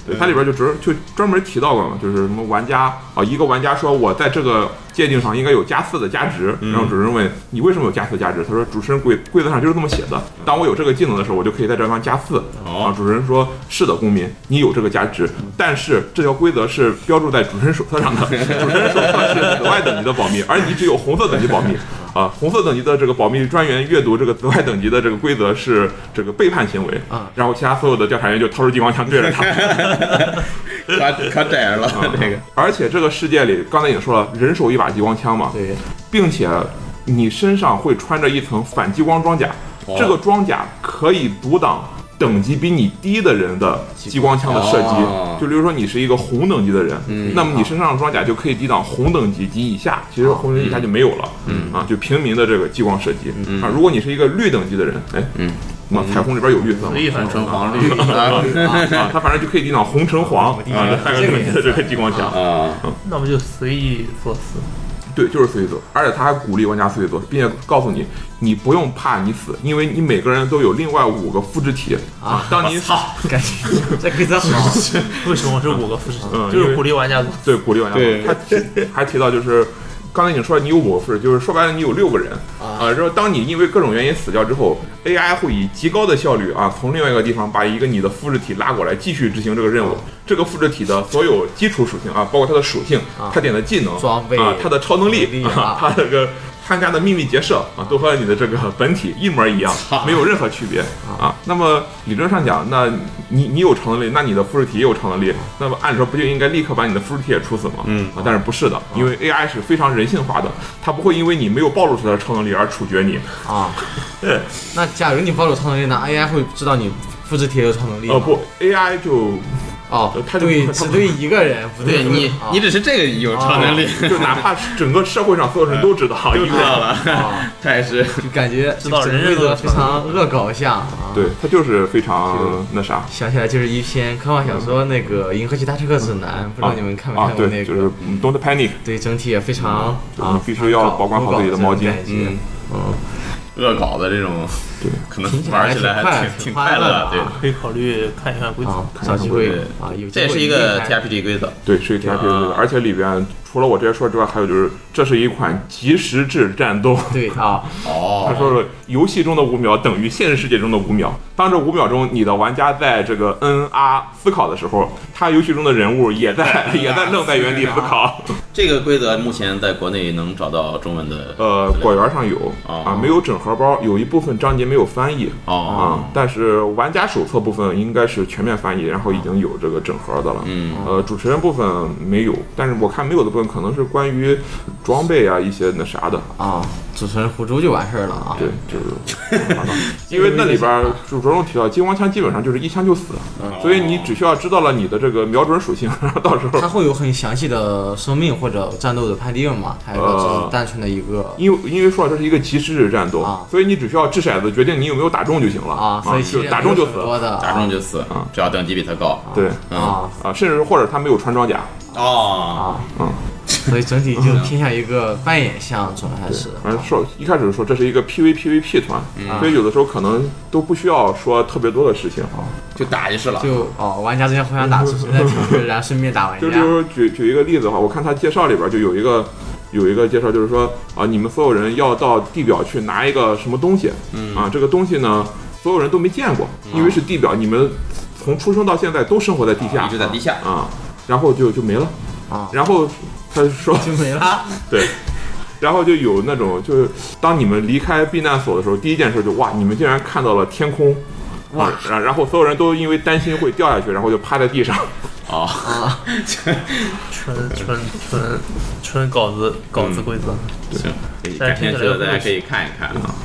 Speaker 2: 对，它里边就只就专门提到过嘛，就是什么玩家啊，一个玩家说我在这个界定上应该有加四的加值，然后主持人问你为什么有加四加值，他说主持人规规则上就是这么写的，当我有这个技能的时候，我就可以在这地方加四。
Speaker 1: 哦
Speaker 2: 啊，主持人说是的，公民，你有这个加值，但是这条规则是标注在主持人手册上的，主持人手册是紫外等级的保密，而你只有红色等级保密。啊，红色等级的这个保密专员阅读这个紫外等级的这个规则是这个背叛行为
Speaker 4: 啊
Speaker 2: 然后其他所有的调查员就掏出激光枪对着他，
Speaker 1: 可可这样了 这个，
Speaker 2: 啊而且这个世界里，刚才已经说了，人手一把激光枪嘛，
Speaker 4: 对，
Speaker 2: 并且你身上会穿着一层反激光装甲，
Speaker 1: 哦
Speaker 2: 这个装甲可以阻挡。等级比你低的人的激光枪的射击，
Speaker 1: 哦嗯
Speaker 2: 就比如说你是一个红等级的人，那么你身上的装甲就可以抵挡红等级及以
Speaker 1: 哦
Speaker 2: 下，其实红等级以下就没有了，
Speaker 1: 嗯
Speaker 2: 啊，就平民的这个激光射击、啊。如果你是一个绿等级的人，哎，
Speaker 1: 嗯，
Speaker 2: 那彩虹里边有绿色吗？
Speaker 3: 绿粉
Speaker 1: 橙黄绿啊
Speaker 2: 啊，它反正就可以抵挡红 橙黄啊这三个等级的这个激光枪。
Speaker 1: 啊，
Speaker 3: 那不就随意作死？
Speaker 2: 对，就是随意走，而且他还鼓励玩家随意走，并且告诉你，你不用怕你死，因为你每个人都有另外五个复制体啊。当你
Speaker 4: 感觉这规则好，
Speaker 3: 为什么是五个复制体
Speaker 2: 嗯？
Speaker 3: 就
Speaker 2: 因为
Speaker 3: 是鼓励玩家作死。
Speaker 2: 对鼓励玩家
Speaker 1: 对
Speaker 2: 走，他提还提到就是，刚才你说你有五个复制，就是说白了你有六个人啊。然后当你因为各种原因死掉之后，AI 会以极高的效率啊，从另外一个地方把一个你的复制体拉过来，继续执行这个任务。这个复制体的所有基础属性啊，包括它的属性、它点的技能、
Speaker 4: 装备
Speaker 2: 啊、它的超能
Speaker 4: 能
Speaker 2: 力
Speaker 4: 力啊
Speaker 2: 啊、它这个参加的秘密结社啊，都和你的这个本体一模一样，没有任何区别啊。那么理论上讲，那你你有超能力，那你的复制体也有超能力，那么按理说不就应该立刻把你的复制体也处死吗？
Speaker 1: 嗯
Speaker 2: 啊，但是不是的，因为 AI 是非常人性化的，它不会因为你没有暴露出它的超能力而处决你。
Speaker 4: 啊。那假如你暴露超能力呢？AI 会知道你复制贴有超能力吗
Speaker 2: 哦不，AI 就
Speaker 4: 哦，
Speaker 2: 它就
Speaker 4: 对，
Speaker 2: 它
Speaker 4: 只对一个人，不
Speaker 1: 对你
Speaker 4: 啊
Speaker 1: 你只是这个有超能力，
Speaker 2: 就哪怕是整个社会上所有人都知道，
Speaker 1: 都
Speaker 4: 嗯
Speaker 2: 一
Speaker 1: 知
Speaker 2: 个人
Speaker 1: 道了，
Speaker 4: 啊，
Speaker 1: 他也是
Speaker 4: 就 感觉
Speaker 3: 知道
Speaker 4: 整
Speaker 3: 人
Speaker 4: 个规
Speaker 3: 人都
Speaker 4: 则
Speaker 3: 有
Speaker 4: 非常恶搞向啊。
Speaker 2: 对，它就是非常那啥。
Speaker 4: 想起来就是一篇科幻小说，那个《银河系大车客指南》，不知道你们看没
Speaker 2: 啊
Speaker 4: 看，过那
Speaker 2: 对，就
Speaker 4: 个
Speaker 2: 是？Don't Panic，
Speaker 4: 对，整体也非常
Speaker 2: 就是
Speaker 4: 啊，
Speaker 2: 必须要保管好自己的毛巾
Speaker 4: 嗯，
Speaker 1: 恶搞的这种，
Speaker 2: 对，
Speaker 1: 可能
Speaker 4: 听起来
Speaker 1: 玩起来还
Speaker 4: 还
Speaker 1: 挺
Speaker 4: 挺
Speaker 1: 挺
Speaker 4: 快
Speaker 1: 快乐的，
Speaker 4: 挺快乐的
Speaker 1: 对
Speaker 4: 啊。
Speaker 3: 可以考虑看一看规则。
Speaker 4: 啊，找机会啊，有
Speaker 1: 这也是一个 T R P G 规则，
Speaker 2: 对，是一个 TRPG，、
Speaker 1: 啊
Speaker 2: 而且里边除了我这些说之外，还有就是这是一款即时制战斗。
Speaker 4: 对啊，
Speaker 1: 哦，
Speaker 2: 他说了，游戏中的五秒等于现实世界中的五秒。当这五秒钟，你的玩家在这个 N R 思考的时候，他游戏中的人物也在也在愣在原地思考。
Speaker 1: 这个规则目前在国内能找到中文的
Speaker 2: 呃，
Speaker 1: 资料
Speaker 2: 果园上有
Speaker 1: 哦
Speaker 2: 啊，没有整荷包，有一部分章节没有翻译
Speaker 1: 哦
Speaker 4: 嗯
Speaker 2: 啊，但是玩家手册部分应该是全面翻译，然后已经有这个整合的了。
Speaker 1: 嗯
Speaker 2: 呃，主持人部分没有，但是我看没有的部分可能是关于装备啊一些那啥的，
Speaker 4: 啊，主持人胡诌就完事儿了啊。
Speaker 2: 对， 就是，因为那里边儿就着重提到激光枪基本上就是一枪就死，
Speaker 4: 嗯
Speaker 2: 所以你只需要知道了你的这个瞄准属性， 然后到时候
Speaker 4: 它会有很详细的生命或者战斗的判定嘛？还有一个只
Speaker 2: 呃
Speaker 4: 是单纯的一个
Speaker 2: 因为因为说了这是一个即时制战斗，
Speaker 4: 啊
Speaker 2: 所以你只需要掷骰子决定你有没有打中就行了
Speaker 4: 啊，所以其
Speaker 2: 就
Speaker 4: 实
Speaker 2: 打中就
Speaker 4: 很
Speaker 2: 死，
Speaker 4: 多的
Speaker 1: 打中就死，只要等级比他高
Speaker 2: 对
Speaker 4: 啊
Speaker 2: 啊，甚至或者他没有穿装甲，
Speaker 1: 哦，
Speaker 4: 啊，
Speaker 2: 嗯，
Speaker 4: 所以整体就偏向一个扮演向，主要还是
Speaker 2: 反正说一开始说这是一个 PVPVP 团，
Speaker 1: 嗯
Speaker 2: 所以有的时候可能都不需要说特别多的事情，啊
Speaker 1: 就打就是了，
Speaker 4: 就哦，玩家之间互相打，主 持人在听着， 然后顺便打玩
Speaker 1: 哎
Speaker 2: 就
Speaker 4: 家
Speaker 2: 是说举举一个例子的话，我看他介绍里边就有一个有一个介绍，就是说啊，你们所有人要到地表去拿一个什么东西，
Speaker 1: 嗯
Speaker 2: 啊，这个东西呢，所有人都没见过，因为是地表，你们从出生到现在都生活在地下，
Speaker 1: 哦一直在地下，
Speaker 2: 啊，然后就就没了，
Speaker 4: 啊，
Speaker 2: 然后他就说
Speaker 4: 就没 了。
Speaker 2: 对。然后就有那种，就是当你们离开避难所的时候，第一件事就哇，你们竟然看到了天空，哇！然然后所有人都因为担心会掉下去，然后就趴在地上，
Speaker 1: 哦，
Speaker 3: 纯纯纯纯稿子稿
Speaker 2: 嗯
Speaker 3: 子规则。
Speaker 1: 行，可以
Speaker 3: 但是
Speaker 1: 感兴趣
Speaker 3: 听起来
Speaker 1: 的
Speaker 3: 会
Speaker 1: 大家可以看一看啊。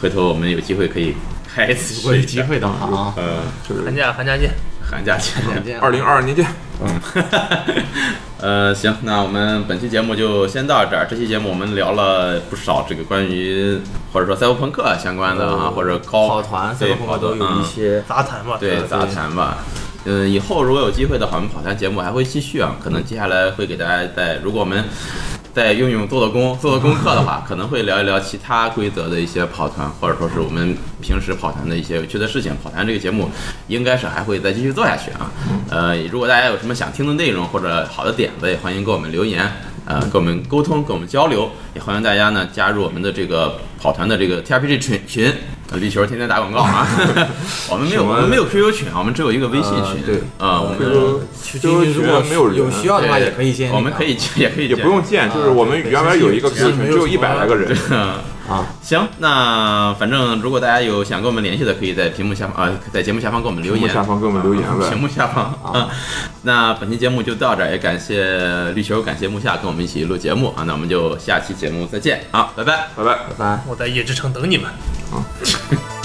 Speaker 1: 回头我们有机会可以开一次
Speaker 4: 如果有
Speaker 1: 试一
Speaker 4: 机
Speaker 1: 下。
Speaker 4: 会的话啊，
Speaker 1: 呃，
Speaker 2: 就是
Speaker 3: 寒假寒假见，
Speaker 1: 寒假前
Speaker 4: 再见
Speaker 2: 二零二二年见。
Speaker 1: 呃，行，那我们本期节目就先到这儿。这期节目我们聊了不少这个关于或者说赛博朋克相关的啊，或者高
Speaker 4: 跑团、赛
Speaker 1: 对
Speaker 4: 博朋克都
Speaker 2: 啊
Speaker 4: 有一些
Speaker 3: 杂谈吧。
Speaker 1: 对杂谈吧。嗯，以后如果有机会的话，我们跑团节目还会继续啊。可能接下来会给大家在，如果我们再用用做做功做做功课的话，可 能会聊一聊其他规则的一些跑团，或者说是我们平时跑团的一些有趣的事情。跑团这个节目应该是还会再继续做下去啊。
Speaker 4: 嗯
Speaker 1: 呃，如果大家有什么想听的内容或者好的点子，也欢迎给我们留言。呃，跟我们沟通，跟我们交流，也欢迎大家呢加入我们的这个跑团的这个 TRPG 群群。呃绿球天天打广告 啊，我们没有
Speaker 2: 什么
Speaker 1: 我们没有 QQ 群啊，我们只有一个微信
Speaker 4: 呃
Speaker 1: 群。
Speaker 4: 对
Speaker 1: 啊，我们
Speaker 2: 就
Speaker 4: 呃去
Speaker 2: 就
Speaker 4: 进
Speaker 2: 是
Speaker 4: 行，如
Speaker 2: 觉
Speaker 4: 果
Speaker 2: 得没有人
Speaker 4: 有需要的话，
Speaker 1: 对
Speaker 4: 也可以啊先
Speaker 1: 我们可以也可以
Speaker 2: 也不用见，就是我们原来有一个 QQ 群，只有一百来个人，
Speaker 1: 嗯，
Speaker 4: 啊，
Speaker 1: 行，那反正如果大家有想跟我们联系的，可以在屏幕下方啊，在节目下方给我们留
Speaker 2: 屏幕
Speaker 1: 言。
Speaker 2: 下方给我们留言
Speaker 1: 屏
Speaker 2: 呗。
Speaker 1: 幕下方啊。那本期节目就到这儿，也感谢绿球，感谢木夏跟我们一起录节目啊。那我们就下期节目再见，好，拜拜。
Speaker 2: 拜拜。
Speaker 4: 拜拜。
Speaker 3: 我在夜之城等你们。
Speaker 1: 拜拜。